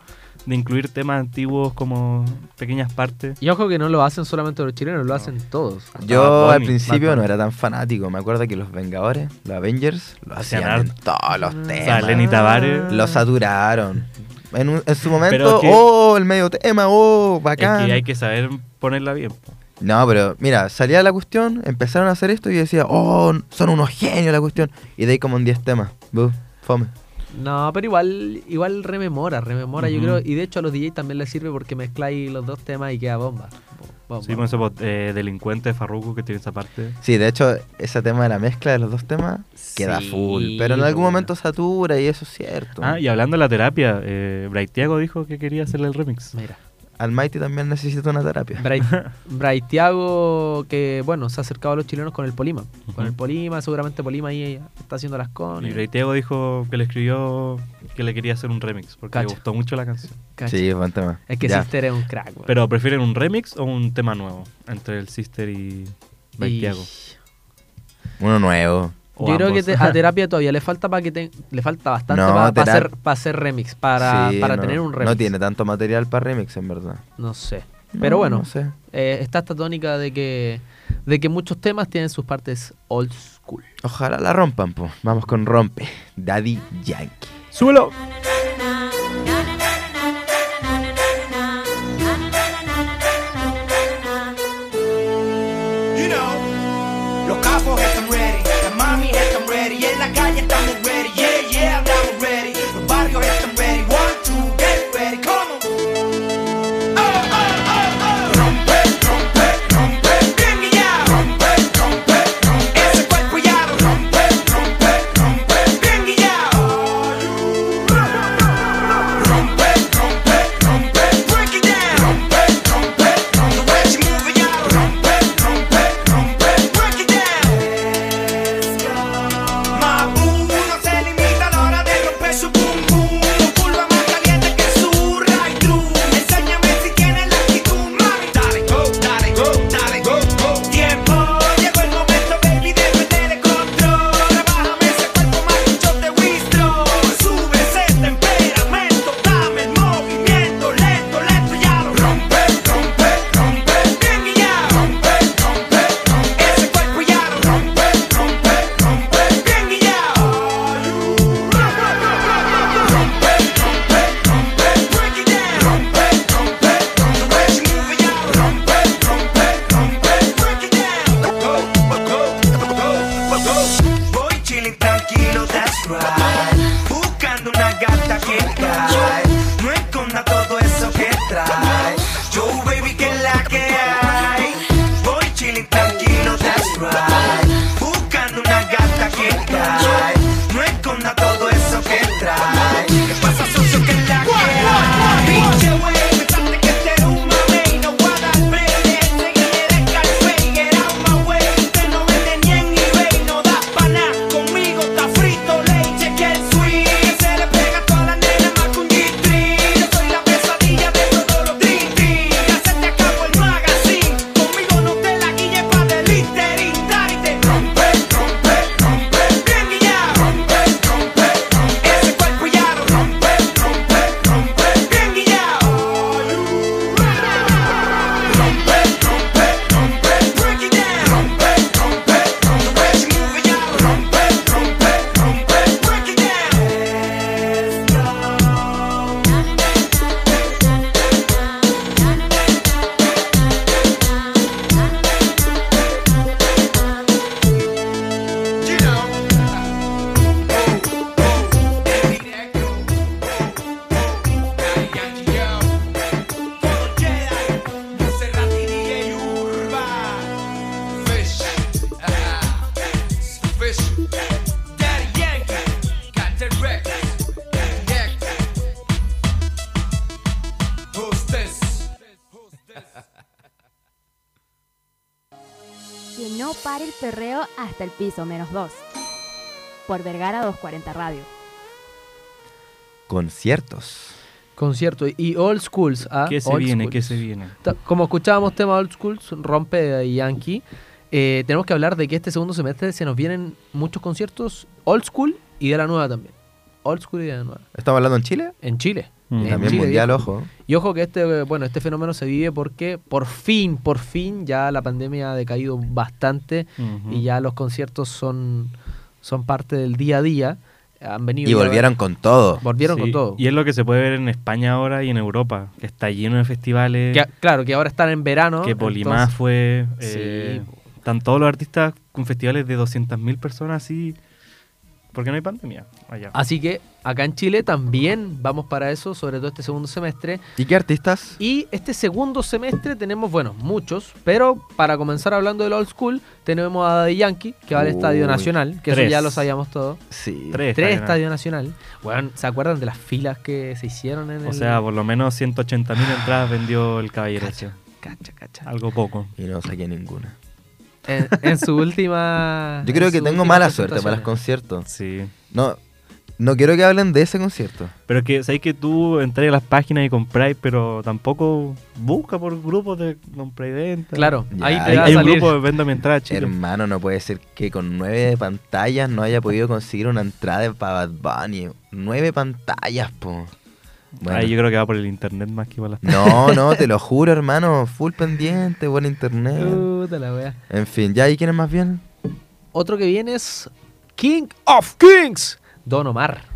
Speaker 3: de incluir temas antiguos como pequeñas partes.
Speaker 4: Y ojo que no lo hacen solamente los chilenos, lo hacen todos.
Speaker 2: Yo
Speaker 3: Bad Bunny,
Speaker 2: al
Speaker 3: Bad
Speaker 2: principio no
Speaker 3: Bunny.
Speaker 2: era tan fanático. Me acuerdo que los Vengadores, los Avengers, lo
Speaker 3: Hacían
Speaker 2: hacían en todos los
Speaker 3: O sea,
Speaker 2: temas.
Speaker 3: Lenny Tavares.
Speaker 2: Lo saturaron. En, un- en su momento,
Speaker 3: Pero es que-
Speaker 2: oh, el medio tema, oh,
Speaker 3: Es
Speaker 2: bacán.
Speaker 3: que hay que saber ponerla bien. po.
Speaker 2: No, pero mira, salía la cuestión, empezaron a hacer esto y decía, oh, son unos genios la cuestión. Y de ahí como en 10 temas. Bu, fome.
Speaker 4: No, pero igual, igual rememora, rememora, yo
Speaker 3: Ujú.
Speaker 4: creo. Y de hecho a los DJs también les sirve porque mezcláis los dos temas y queda bomba. Bomba.
Speaker 3: Sí, con
Speaker 2: pues
Speaker 3: ese bot- eh, delincuente de Farruko que tiene esa parte.
Speaker 2: Sí, de hecho, ese tema de la mezcla de los dos temas queda
Speaker 4: Sí,
Speaker 2: full. Pero en algún
Speaker 4: bueno.
Speaker 2: momento satura y eso es cierto.
Speaker 3: Ah, y hablando de la terapia, eh, Braithiago dijo que quería hacerle el remix.
Speaker 4: Mira.
Speaker 2: Almighty también necesita una terapia.
Speaker 4: Brai- Braithiago, que bueno, se ha acercado a los chilenos con el Polima. Con
Speaker 3: Ujú.
Speaker 4: el Polima, seguramente Polima ahí está haciendo las
Speaker 3: Y
Speaker 4: cones.
Speaker 3: Braithiago dijo que le escribió que le quería hacer un remix porque le
Speaker 4: Cacha.
Speaker 3: gustó mucho la canción.
Speaker 4: Cacha.
Speaker 2: Sí, buen tema.
Speaker 4: Es que
Speaker 2: Ya.
Speaker 4: Sister es un crack, weón.
Speaker 3: Pero ¿prefieren un remix o un tema nuevo entre el Sister y Braithiago?
Speaker 2: Uno nuevo.
Speaker 3: O
Speaker 4: Yo creo que
Speaker 3: ambos.
Speaker 4: te- a terapia todavía le falta para que te- le falta bastante
Speaker 2: No,
Speaker 4: para
Speaker 2: terap-
Speaker 4: hacer, pa hacer remix, para,
Speaker 2: Sí,
Speaker 4: para
Speaker 2: no-
Speaker 4: tener un remix.
Speaker 2: No tiene tanto material para remix, en verdad.
Speaker 4: No sé.
Speaker 2: No,
Speaker 4: Pero bueno,
Speaker 2: No sé.
Speaker 4: eh, está esta tónica de que, de que muchos temas tienen sus partes old school.
Speaker 2: Ojalá la rompan, po. Vamos con Rompe. Daddy Yankee.
Speaker 3: ¡Súbelo!
Speaker 7: You know, los capos están ready, las mami están ready, y en la calle están de ready, yeah, yeah, andamos ready, los barrios están ready, one, two, get ready, come on. Oh, oh, oh, oh. Rompe, rompe, rompe, bien guillado. Rompe, rompe, rompe, ese cuerpo ya lo rompe, rompe, rompe, bien guillado. Rompe, rompe, rompe, break it down. Rompe, rompe, rompe, the way she move it, yeah. Rompe, rompe, rompe, break it down. Mabú no se limita a la hora de romper su pum pum Curva más caliente que su right through Enséñame si tienes la actitud, mami Dale go, dale go, dale go, go Tiempo, llegó el momento, baby, de perder el control Rebájame ese cuerpo, más que yo te wistro Sube ese temperamento, dame el movimiento Lento, lento, ya lo rompe, rompe, rompe Bien guillado Rompe, rompe, rompe Ese cuerpo ya lo rompe, rompe, rompe Bien guillado Rompe, rompe, rompe Break it down Rompe, rompe, rompe The way she move it, ya lo rompe, rompe, rompe Break it down Go, go, go, go, go Voy chilling tranquilo, that's right Buscando una gata que cae No esconda todo eso que trae Yo, baby, que es la que hay Voy chilling tranquilo, that's right Buscando una gata que cae No esconda todo eso que trae ¿Qué pasa, socio, que es la que hay? Pinche wey, pensaste que este era un mamey No voy a dar play, enseguida de Scarface Get out my way, usted no vende ni en eBay No da pa' nada, conmigo está frito Leche que el sweet Se le pega a toda la nena más que un G-Tree Yo soy la pesadilla de todos los drinking Ya se te acabó el magazine Conmigo no te la guille pa' delistery Dale, rompe, rompe, rompe Bien guillado Rompe, rompe, rompe Ese cuerpo ya lo rompe, rompe, rompe Bien guillado Rompe, rompe, rompe, break it down. Rompe, rompe, rompe, the way she move it, yeah. Rompe, rompe, rompe, break it down. You know. Oh, oh, baby, that go. Oh, oh, Daddy Yankee, yo. Todo Jedi. Serrati DJ Urba Fish Ah. Fish Daddy Yankee Got the records Daddy Yankee Who's this?
Speaker 1: Que no pare el perreo hasta el piso menos dos. Por Vergara 240 Radio.
Speaker 2: Conciertos.
Speaker 4: Concierto y old schools. ¿ah?
Speaker 3: ¿Qué se
Speaker 4: Old
Speaker 3: viene?
Speaker 4: schools.
Speaker 3: ¿Qué se viene?
Speaker 4: Ta- Como escuchábamos tema old schools, rompe de Yankee. eh, tenemos que hablar de que este segundo semestre se nos vienen muchos conciertos old school y de la nueva también. Old school y de la nueva.
Speaker 2: ¿Estamos hablando en Chile?
Speaker 4: En Chile.
Speaker 3: Mm.
Speaker 4: En
Speaker 2: También
Speaker 4: Chile,
Speaker 2: mundial,
Speaker 4: viejo.
Speaker 2: ojo.
Speaker 4: Y ojo que este, eh, bueno, este fenómeno se vive porque por fin, por fin ya la pandemia ha decaído bastante
Speaker 3: Ujú.
Speaker 4: y ya los conciertos son, son parte del día a día. han venido.
Speaker 2: Y volvieron con todo.
Speaker 4: Volvieron
Speaker 3: Sí,
Speaker 4: con todo.
Speaker 3: Y es lo que se puede ver en España ahora y en Europa, que está lleno de festivales,
Speaker 4: Que- claro, que ahora están en verano.
Speaker 3: que Polimá
Speaker 4: entonces-
Speaker 3: fue.
Speaker 4: Sí,
Speaker 3: eh,
Speaker 4: po.
Speaker 3: están todos los artistas con festivales de 200.000 personas así. Porque no hay pandemia allá.
Speaker 4: Así que acá en Chile también vamos para eso, sobre todo este segundo semestre.
Speaker 2: ¿Y qué artistas?
Speaker 4: Y este segundo semestre tenemos, bueno, muchos, pero para comenzar hablando del old school, tenemos a Daddy Yankee, que va al
Speaker 2: Uy,
Speaker 4: Estadio Nacional, que eso
Speaker 3: tres.
Speaker 4: ya lo sabíamos todos.
Speaker 2: Sí.
Speaker 4: Tres
Speaker 3: Tres. estadios.
Speaker 4: Estadio Nacional. Bueno, ¿se acuerdan de las filas que se hicieron en el...?
Speaker 3: O sea, por lo menos 180.000 entradas vendió el caballero.
Speaker 4: Cacha, cacha, cacha.
Speaker 3: Algo poco.
Speaker 2: Y no saqué ninguna.
Speaker 4: En, en su última... Ah, en
Speaker 2: Yo creo que
Speaker 4: su
Speaker 2: tengo
Speaker 4: última
Speaker 2: mala suerte para
Speaker 4: presentación.
Speaker 2: los conciertos.
Speaker 3: Sí.
Speaker 2: No, no quiero que hablen de ese concierto.
Speaker 3: Pero que sabéis que tú entráis a las páginas y compráis, pero tampoco busca por grupos de compra y venta.
Speaker 4: Claro,
Speaker 2: Ya,
Speaker 4: ahí
Speaker 3: Hay,
Speaker 4: te va a
Speaker 3: hay un
Speaker 4: salir.
Speaker 3: grupo de venda mi entrada, chile.
Speaker 2: Hermano, no puede ser que con nueve pantallas no haya podido conseguir una entrada para Bad Bunny. Nueve pantallas, po. Bueno.
Speaker 3: Ahí yo creo que va por el internet más que por las.
Speaker 2: No, no, te lo juro, hermano. Full pendiente, buen internet.
Speaker 4: Puta la wea.
Speaker 2: En fin, ¿ya? ¿Y quién es más bien?
Speaker 4: Otro que viene es King of Kings, Don Omar.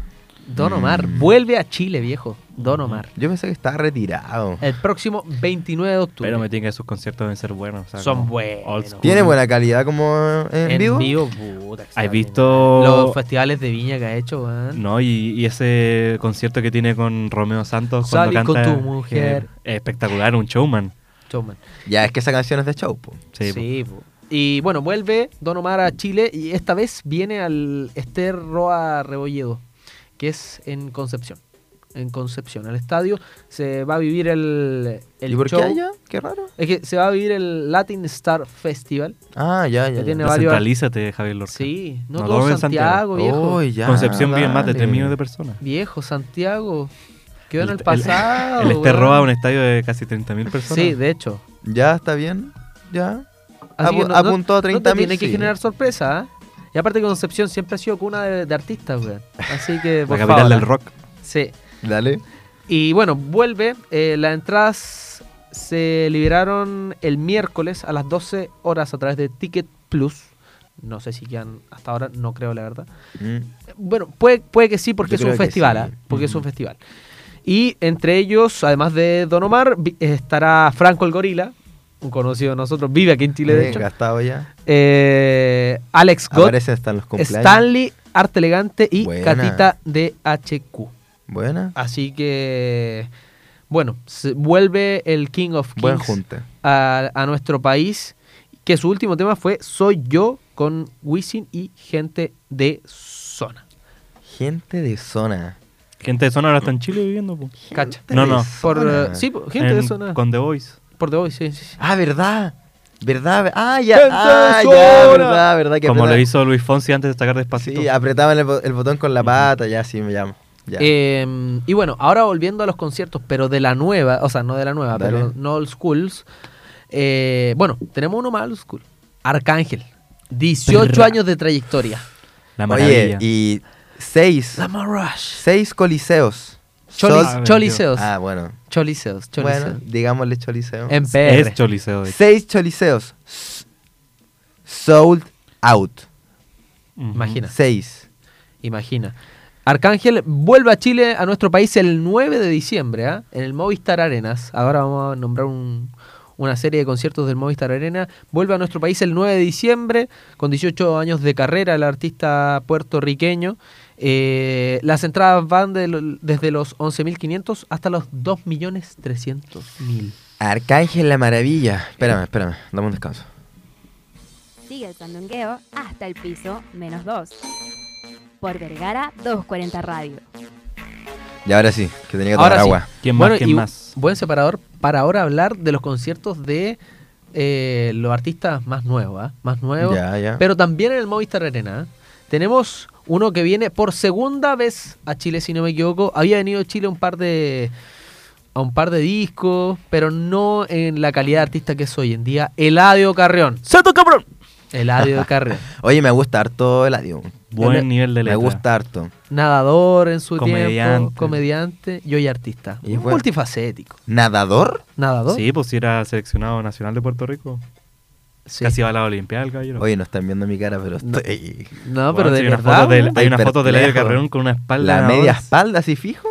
Speaker 4: Don
Speaker 2: Mm.
Speaker 4: Omar, vuelve a Chile, viejo. Don Omar.
Speaker 2: Yo pensé que estaba retirado.
Speaker 4: El próximo 29 de octubre.
Speaker 3: Pero me tiene que sus conciertos deben ser buenos. o sea,
Speaker 4: Son
Speaker 3: como
Speaker 4: buenos.
Speaker 3: old school.
Speaker 2: Tiene buena calidad como en,
Speaker 4: En
Speaker 2: vivo.
Speaker 4: vivo, puta,
Speaker 3: ¿Has
Speaker 4: extraordinario.
Speaker 3: visto.
Speaker 4: Los festivales de viña que ha hecho, weón.
Speaker 3: No, y, y ese concierto que tiene con Romeo Santos cuando
Speaker 4: Salí con
Speaker 3: canta.
Speaker 4: tu mujer.
Speaker 3: que es espectacular, un showman.
Speaker 4: Showman.
Speaker 2: Ya, es que esa canción es de show, po.
Speaker 3: Sí. pues,
Speaker 4: Sí, po. Y bueno, vuelve Don Omar a Chile y esta vez viene al Esther Roa Rebolledo, que es en Concepción. En Concepción, al estadio se va a vivir el, el
Speaker 2: ¿Y por
Speaker 4: show.
Speaker 2: qué allá? Qué raro.
Speaker 4: Es que se va a vivir el Latin Star Festival.
Speaker 2: Ah, ya, ya.
Speaker 4: Que tiene
Speaker 2: ya.
Speaker 4: varios-
Speaker 3: Descentralízate, Javier Lorca.
Speaker 4: Sí, no,
Speaker 3: No,
Speaker 4: todo
Speaker 3: todo en
Speaker 4: Santiago, viejo.
Speaker 2: Oh, ya,
Speaker 3: Concepción vive más de
Speaker 2: dale.
Speaker 3: 3 millones de personas.
Speaker 4: Viejo, Santiago. Quedó en
Speaker 3: El-
Speaker 4: el pasado.
Speaker 3: El este
Speaker 4: weón.
Speaker 3: roba un estadio de casi 30.000 personas.
Speaker 4: Sí, de hecho.
Speaker 2: Ya, está bien. Ya.
Speaker 4: Así
Speaker 2: Apu-
Speaker 4: que no- no-
Speaker 2: apuntó a
Speaker 4: no te
Speaker 2: 30 mil.
Speaker 4: tiene que generar sorpresa, ¿ah? Y aparte que Concepción siempre ha sido cuna de, de artistas, weón. Así que,
Speaker 3: la
Speaker 4: por
Speaker 3: capital
Speaker 4: favor. ¿ah?
Speaker 3: del rock.
Speaker 4: Sí.
Speaker 2: Dale.
Speaker 4: Y bueno, vuelve. eh, las entradas se liberaron el miércoles a las 12 horas a través de Ticket Plus. No sé si quedan hasta ahora, no creo la verdad.
Speaker 2: Mm.
Speaker 4: Bueno, puede, puede que sí, porque
Speaker 2: Yo
Speaker 4: es un
Speaker 2: creo que
Speaker 4: festival.
Speaker 2: sí.
Speaker 4: ¿ah? Porque es un
Speaker 2: Ujú.
Speaker 4: festival. Y entre ellos, además de Don Omar, vi- estará Franco el Gorila, un conocido de nosotros, vive aquí en Chile, de
Speaker 2: Eh,
Speaker 4: hecho.
Speaker 2: Gastado ya.
Speaker 4: Eh, Alex Gott,
Speaker 2: Aparece hasta en los cumpleaños.
Speaker 4: Stanley, Arte Elegante y
Speaker 2: Buena.
Speaker 4: Catita DHQ.
Speaker 2: Buena.
Speaker 4: Así que, bueno, se vuelve el King of Kings
Speaker 2: Buen junte.
Speaker 4: a, a nuestro país, que su último tema fue Soy Yo con Wisin y gente de zona.
Speaker 2: Gente de zona.
Speaker 3: Gente de zona ahora está en Chile viviendo. po.
Speaker 4: Cacha.
Speaker 2: Gente
Speaker 3: No,
Speaker 2: de
Speaker 3: no.
Speaker 4: Por,
Speaker 2: zona.
Speaker 4: eh, sí, po, gente de
Speaker 3: En-
Speaker 4: zona.
Speaker 3: Con The Voice.
Speaker 4: Por de hoy, sí, sí, sí.
Speaker 2: Ah, ¿verdad? ¿Verdad? Ah, ya.
Speaker 4: Gente de
Speaker 2: Ah, ya,
Speaker 4: zona.
Speaker 2: ¿verdad? ¿Verdad? Que
Speaker 3: Como
Speaker 2: apretaba-
Speaker 3: lo hizo Luis Fonsi antes de sacar despacito.
Speaker 2: Sí, apretaban el, bo- el botón con la pata. Ya, sí, me llamo. Ya.
Speaker 4: Eh, y bueno, ahora volviendo a los conciertos, pero de la nueva, o sea, no de la nueva,
Speaker 2: Dale.
Speaker 4: pero no old schools. eh, bueno, tenemos uno más old school. Arcángel. 18
Speaker 3: Perra.
Speaker 4: años de trayectoria.
Speaker 3: La
Speaker 2: Oye,
Speaker 3: maravilla.
Speaker 2: y seis.
Speaker 4: La Marash.
Speaker 2: Seis coliseos.
Speaker 4: Cholis-
Speaker 2: Sol-
Speaker 3: Ah,
Speaker 4: choliseos.
Speaker 2: Ah, bueno.
Speaker 4: Choliseos. Choliseos.
Speaker 2: Bueno, digámosle choliseo.
Speaker 4: en PR.
Speaker 3: es Choliseo. de hecho.
Speaker 2: Em, Seis choliseos. S- Sold out.
Speaker 3: Ujú.
Speaker 4: Imagina,
Speaker 2: Seis.
Speaker 4: imagina. Arcángel vuelve a Chile, a nuestro país, el 9 de diciembre, ¿ah? en el Movistar Arenas. Ahora vamos a nombrar un- una serie de conciertos del Movistar Arena. Vuelve a nuestro país el 9 de diciembre, con 18 años de carrera, el artista puertorriqueño. Eh, las entradas van de lo- desde los 11.500 hasta los 2.300.000.
Speaker 2: Arcángel la maravilla. Espérame, espérame. Dame un descanso.
Speaker 1: Sigue el sandungueo hasta el piso menos 2. Por Vergara 240 Radio.
Speaker 2: Y ahora sí, que tenía que tomar
Speaker 4: Ahora sí.
Speaker 2: agua.
Speaker 3: ¿Quién
Speaker 4: Bueno,
Speaker 3: más? ¿Quién
Speaker 4: y
Speaker 3: más?
Speaker 4: buen separador para ahora hablar de los conciertos de eh, los artistas más nuevos, ¿ah? más nuevos.
Speaker 2: Ya, ya.
Speaker 4: Pero también en el Movistar Arena ¿eh? tenemos uno que viene por segunda vez a Chile, si no me equivoco. Había venido a Chile un par de a un par de discos, pero no en la calidad de artista que es hoy en día. Eladio Carrión. ¡Sato cabrón! Eladio Carrión.
Speaker 2: Oye, me gusta harto el adiós.
Speaker 3: Buen
Speaker 4: le-
Speaker 3: nivel de
Speaker 2: Me
Speaker 3: letra.
Speaker 2: gusta harto.
Speaker 4: Nadador en su tiempo,
Speaker 3: Comediante.
Speaker 4: comediante y hoy artista.
Speaker 2: Y bueno.
Speaker 4: Multifacético.
Speaker 2: ¿Nadador?
Speaker 4: Nadador.
Speaker 3: Sí, pues si era seleccionado nacional de Puerto Rico.
Speaker 4: Sí.
Speaker 3: Casi va a la Olimpiada el caballero.
Speaker 2: Oye, no están viendo mi cara, pero estoy...
Speaker 4: No,
Speaker 3: Bueno,
Speaker 4: pero de
Speaker 3: hay una
Speaker 4: verdad.
Speaker 3: foto del-
Speaker 4: weón.
Speaker 3: hay una
Speaker 2: Estoy
Speaker 3: foto de Eladio
Speaker 2: perplejo.
Speaker 3: Carrerón con una espalda.
Speaker 2: La
Speaker 3: en
Speaker 2: media
Speaker 3: avance.
Speaker 2: espalda, así fijo.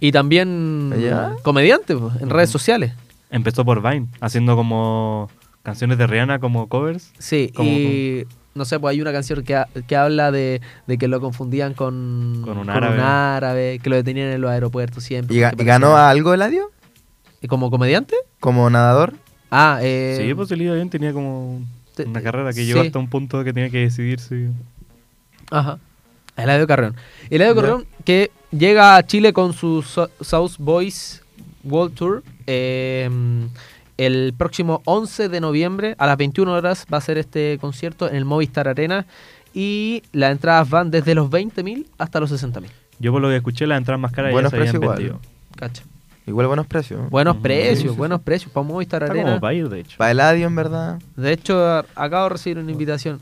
Speaker 4: Y también
Speaker 2: ¿Ya?
Speaker 4: comediante pues, en redes sociales.
Speaker 3: Empezó por Vine, haciendo como canciones de Rihanna como covers.
Speaker 4: Sí,
Speaker 3: Como-
Speaker 4: y no sé, pues hay una canción que, ha- que habla de, de que lo confundían con,
Speaker 3: Con un árabe.
Speaker 4: árabe, que lo detenían en los aeropuertos siempre.
Speaker 2: ¿Y, ga-
Speaker 4: porque
Speaker 2: y
Speaker 4: parecía-
Speaker 2: ganó algo Eladio?
Speaker 4: ¿Y ¿Como comediante?
Speaker 2: ¿Como nadador?
Speaker 4: Ah, eh,
Speaker 3: sí, pues el Eladio Carrerón tenía como
Speaker 4: te-
Speaker 3: una carrera que
Speaker 4: sí.
Speaker 3: llegó hasta un punto que tenía que decidir si...
Speaker 4: Ajá. Eladio Carreón. Eladio Carreón que llega a Chile con su So- South Boys World Tour. eh, el próximo 11 de noviembre a las 21 horas va a ser este concierto en el Movistar Arena. Y las entradas van desde los 20.000 hasta los 60.000.
Speaker 3: Yo por lo que escuché las entradas más caras ya
Speaker 2: Buenos
Speaker 3: se habían
Speaker 2: precios igual.
Speaker 3: vendido.
Speaker 4: Cacha.
Speaker 2: Igual buenos precios.
Speaker 4: Buenos
Speaker 3: Ujú. Mm, Sí, sí,
Speaker 4: precios,
Speaker 3: sí.
Speaker 4: buenos precios para Movistar
Speaker 3: Está como
Speaker 4: Arena.
Speaker 3: para ir, de hecho.
Speaker 2: Para Eladio, en verdad.
Speaker 4: De hecho, a- acabo de recibir una invitación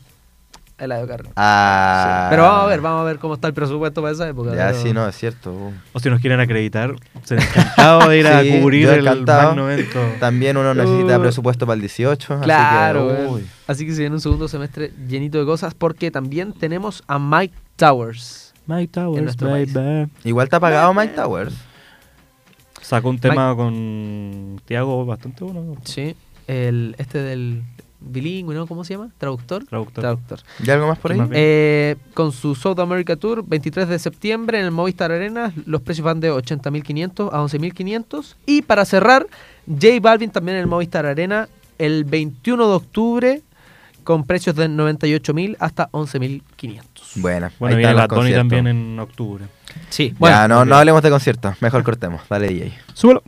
Speaker 4: a Eladio Carreón.
Speaker 2: Ah.
Speaker 4: Pero vamos a ver, vamos a ver cómo está el presupuesto para esa época.
Speaker 2: Ya,
Speaker 4: pero-
Speaker 2: sí, no, es cierto. uh.
Speaker 3: O si nos quieren acreditar, se encantado de ir a
Speaker 2: Sí,
Speaker 3: cubrir
Speaker 2: yo
Speaker 3: el
Speaker 2: encantado.
Speaker 3: magno evento.
Speaker 2: También uno necesita
Speaker 4: Uh.
Speaker 2: presupuesto para el 18.
Speaker 4: Claro,
Speaker 2: Así que,
Speaker 4: weón.
Speaker 2: uy.
Speaker 4: Así que se viene un segundo semestre llenito de cosas porque también tenemos a Mike Towers.
Speaker 3: Mike
Speaker 4: En
Speaker 3: Towers,
Speaker 4: nuestro país.
Speaker 3: baby.
Speaker 2: Igual te ha pagado Mike Towers.
Speaker 3: Sacó un tema con Tiago bastante bueno.
Speaker 4: Sí. El, este del bilingüe, ¿no? ¿Cómo se llama? ¿Traductor?
Speaker 3: Traductor.
Speaker 2: ¿Y algo más por
Speaker 3: ¿Qué
Speaker 2: ahí?
Speaker 3: más viene?
Speaker 4: Eh, con su South America Tour, 23 de septiembre en el Movistar Arena. Los precios van de 80.500 a 11.500. Y para cerrar, J Balvin también en el Movistar Arena el 21 de octubre con precios de 98.000 hasta 11.500.
Speaker 2: Buena.
Speaker 3: Bueno,
Speaker 2: ahí
Speaker 3: viene
Speaker 2: están los
Speaker 3: Bad Bunny
Speaker 2: conciertos.
Speaker 3: también en octubre.
Speaker 4: Sí,
Speaker 2: ya, no, no hablemos de conciertos. Mejor cortemos. Dale, DJ.
Speaker 3: Súbelo.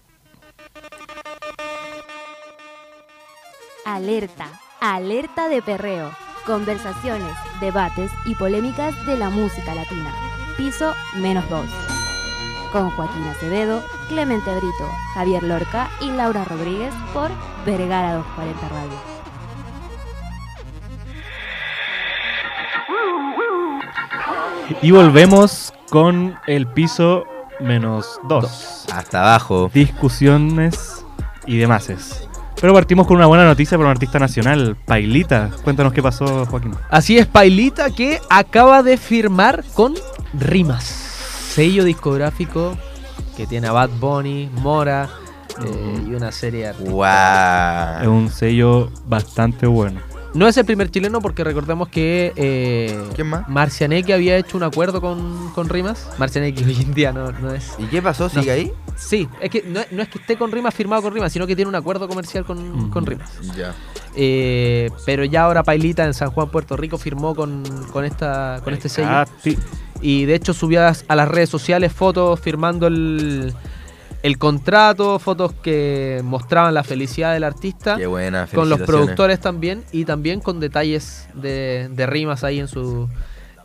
Speaker 1: Alerta, alerta de perreo. Conversaciones, debates y polémicas de la música latina. Piso menos 2. Con Joaquín Acevedo, Clemente Brito, Javier Lorca y Laura Rodríguez por Vergara 240 Radio.
Speaker 3: Y volvemos con el piso menos 2.
Speaker 2: Hasta abajo.
Speaker 3: Discusiones y demás. Pero partimos con una buena noticia para un artista nacional, Pailita. Cuéntanos qué pasó, Joaquín.
Speaker 4: Así es, Pailita que acaba de firmar con Rimas, sello discográfico que tiene a Bad Bunny, Mora eh, y una serie de artistas.
Speaker 3: Es
Speaker 2: Wow.
Speaker 3: un sello bastante bueno.
Speaker 4: No es el primer chileno porque recordemos que eh,
Speaker 2: ¿Quién más?
Speaker 4: Marcianeque había hecho un acuerdo con, con Rimas. Marcianeque hoy en día no, no es.
Speaker 2: ¿Y qué pasó? ¿Sigue
Speaker 4: No.
Speaker 2: ahí?
Speaker 4: Sí, es que no, no es que esté con Rimas firmado con Rimas, sino que tiene un acuerdo comercial con,
Speaker 3: Ujú.
Speaker 4: con Rimas.
Speaker 2: Ya.
Speaker 4: Eh, pero ya ahora Pailita en San Juan, Puerto Rico, firmó con, con esta, con este sello.
Speaker 3: Ah, sí.
Speaker 4: Y de hecho subía a las- a las redes sociales fotos firmando el, el contrato, fotos que mostraban la felicidad del artista,
Speaker 2: Qué buena.
Speaker 4: con los
Speaker 2: felicitaciones.
Speaker 4: productores también y también con detalles de, de rimas ahí en su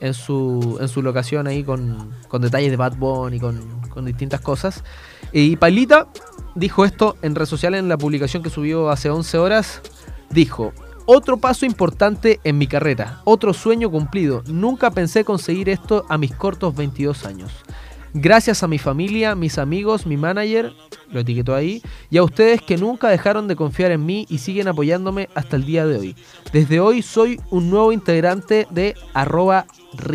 Speaker 4: en su, en su locación ahí con, con detalles de Bad Bunny, con, con distintas cosas. Y Pailita dijo esto en redes sociales, en la publicación que subió hace 11 horas, dijo, otro paso importante en mi carrera, otro sueño cumplido. Nunca pensé conseguir esto a mis cortos 22 años. Gracias a mi familia, mis amigos, mi manager, lo etiquetó ahí, y a ustedes que nunca dejaron de confiar en mí y siguen apoyándome hasta el día de hoy. Desde hoy soy un nuevo integrante de arroba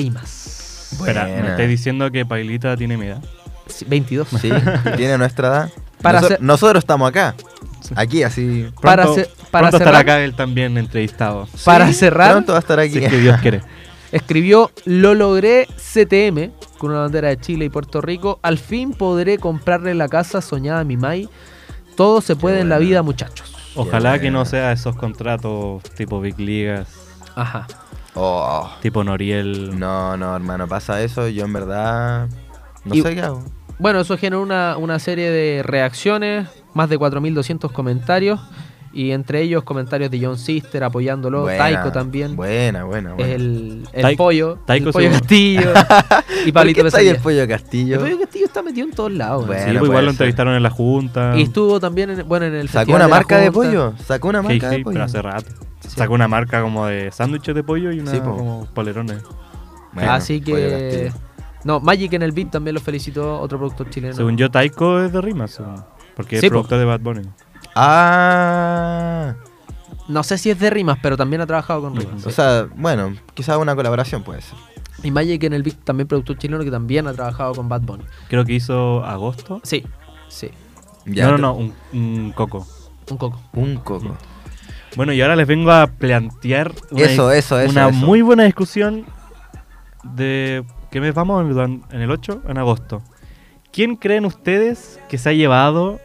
Speaker 4: rimas.
Speaker 3: Espera,
Speaker 2: Buena.
Speaker 3: ¿me estáis diciendo que Pailita tiene mi edad?
Speaker 4: Sí, 22.
Speaker 2: Sí, tiene nuestra edad.
Speaker 4: Para
Speaker 2: Noso-
Speaker 4: ser-
Speaker 2: Nosotros estamos acá.
Speaker 3: Sí.
Speaker 2: Aquí, así.
Speaker 4: Para
Speaker 3: Pronto-
Speaker 4: ce- para
Speaker 3: pronto estará
Speaker 4: cerrar-
Speaker 3: acá él también entrevistado.
Speaker 4: Para
Speaker 2: Sí,
Speaker 4: cerrar-
Speaker 2: Pronto va a estar aquí.
Speaker 3: Si es que Dios quiere.
Speaker 4: Escribió, lo logré CTM, con una bandera de Chile y Puerto Rico. Al fin podré comprarle la casa soñada a mi Mai. Todo se puede en la
Speaker 2: bueno.
Speaker 4: vida, muchachos.
Speaker 3: Ojalá que no
Speaker 2: buena.
Speaker 3: sea esos contratos tipo Big Ligas,
Speaker 4: Ajá.
Speaker 2: Oh,
Speaker 3: tipo Noriel.
Speaker 2: no, no, hermano. Pasa eso. Yo, en verdad. No
Speaker 4: Y-
Speaker 2: sé qué hago.
Speaker 4: Bueno, eso generó una, una serie de reacciones, más de 4.200 comentarios, y entre ellos comentarios de John Sister apoyándolo,
Speaker 2: Buena,
Speaker 4: Taiko también,
Speaker 2: Buena, buena, buena.
Speaker 4: el, el
Speaker 3: Tai-
Speaker 4: pollo,
Speaker 3: Taiko
Speaker 4: el pollo
Speaker 3: seguro.
Speaker 4: Castillo y
Speaker 2: ¿Por qué
Speaker 4: Pablito
Speaker 2: está ahí el
Speaker 4: Pesadilla.
Speaker 2: pollo Castillo?
Speaker 4: El pollo Castillo está metido en todos lados.
Speaker 2: Bueno,
Speaker 3: Sí, pues
Speaker 2: puede
Speaker 3: igual lo
Speaker 2: ser.
Speaker 3: entrevistaron en la Junta.
Speaker 4: Y estuvo también en, bueno, en el
Speaker 2: Sacó
Speaker 4: Festival
Speaker 2: una
Speaker 4: la
Speaker 2: marca de
Speaker 4: Junta.
Speaker 2: pollo. Sacó una
Speaker 3: Sí,
Speaker 2: marca
Speaker 3: sí, pero
Speaker 2: de pollo.
Speaker 3: hace rato. Sacó una marca como de sándwiches de pollo y una
Speaker 2: Sí, po.
Speaker 3: como polerones.
Speaker 2: Bueno,
Speaker 4: Así
Speaker 2: pollo
Speaker 4: que.
Speaker 2: Castillo.
Speaker 4: No, Magic en el beat también lo felicitó otro productor chileno.
Speaker 3: Según yo, Taiko es de rimas, según- porque
Speaker 4: Sí,
Speaker 3: es
Speaker 4: po.
Speaker 3: productor de Bad Bunny.
Speaker 2: Ah.
Speaker 4: no sé si es de rimas, pero también ha trabajado con rimas.
Speaker 2: O sea, bueno, quizás una colaboración puede ser.
Speaker 4: Y Magic en el Beat, también productor chileno que también ha trabajado con Bad Bunny.
Speaker 3: Creo que hizo agosto.
Speaker 4: Sí, sí,
Speaker 2: Ya,
Speaker 3: no,
Speaker 2: te-
Speaker 3: no, no, un, un coco.
Speaker 4: un coco.
Speaker 2: Un coco.
Speaker 3: Bueno, y ahora les vengo a plantear una,
Speaker 2: Eso, eso, eso,
Speaker 3: una
Speaker 2: eso.
Speaker 3: muy buena discusión de qué mes vamos en en el 8, en agosto. ¿Quién creen ustedes que se ha llevado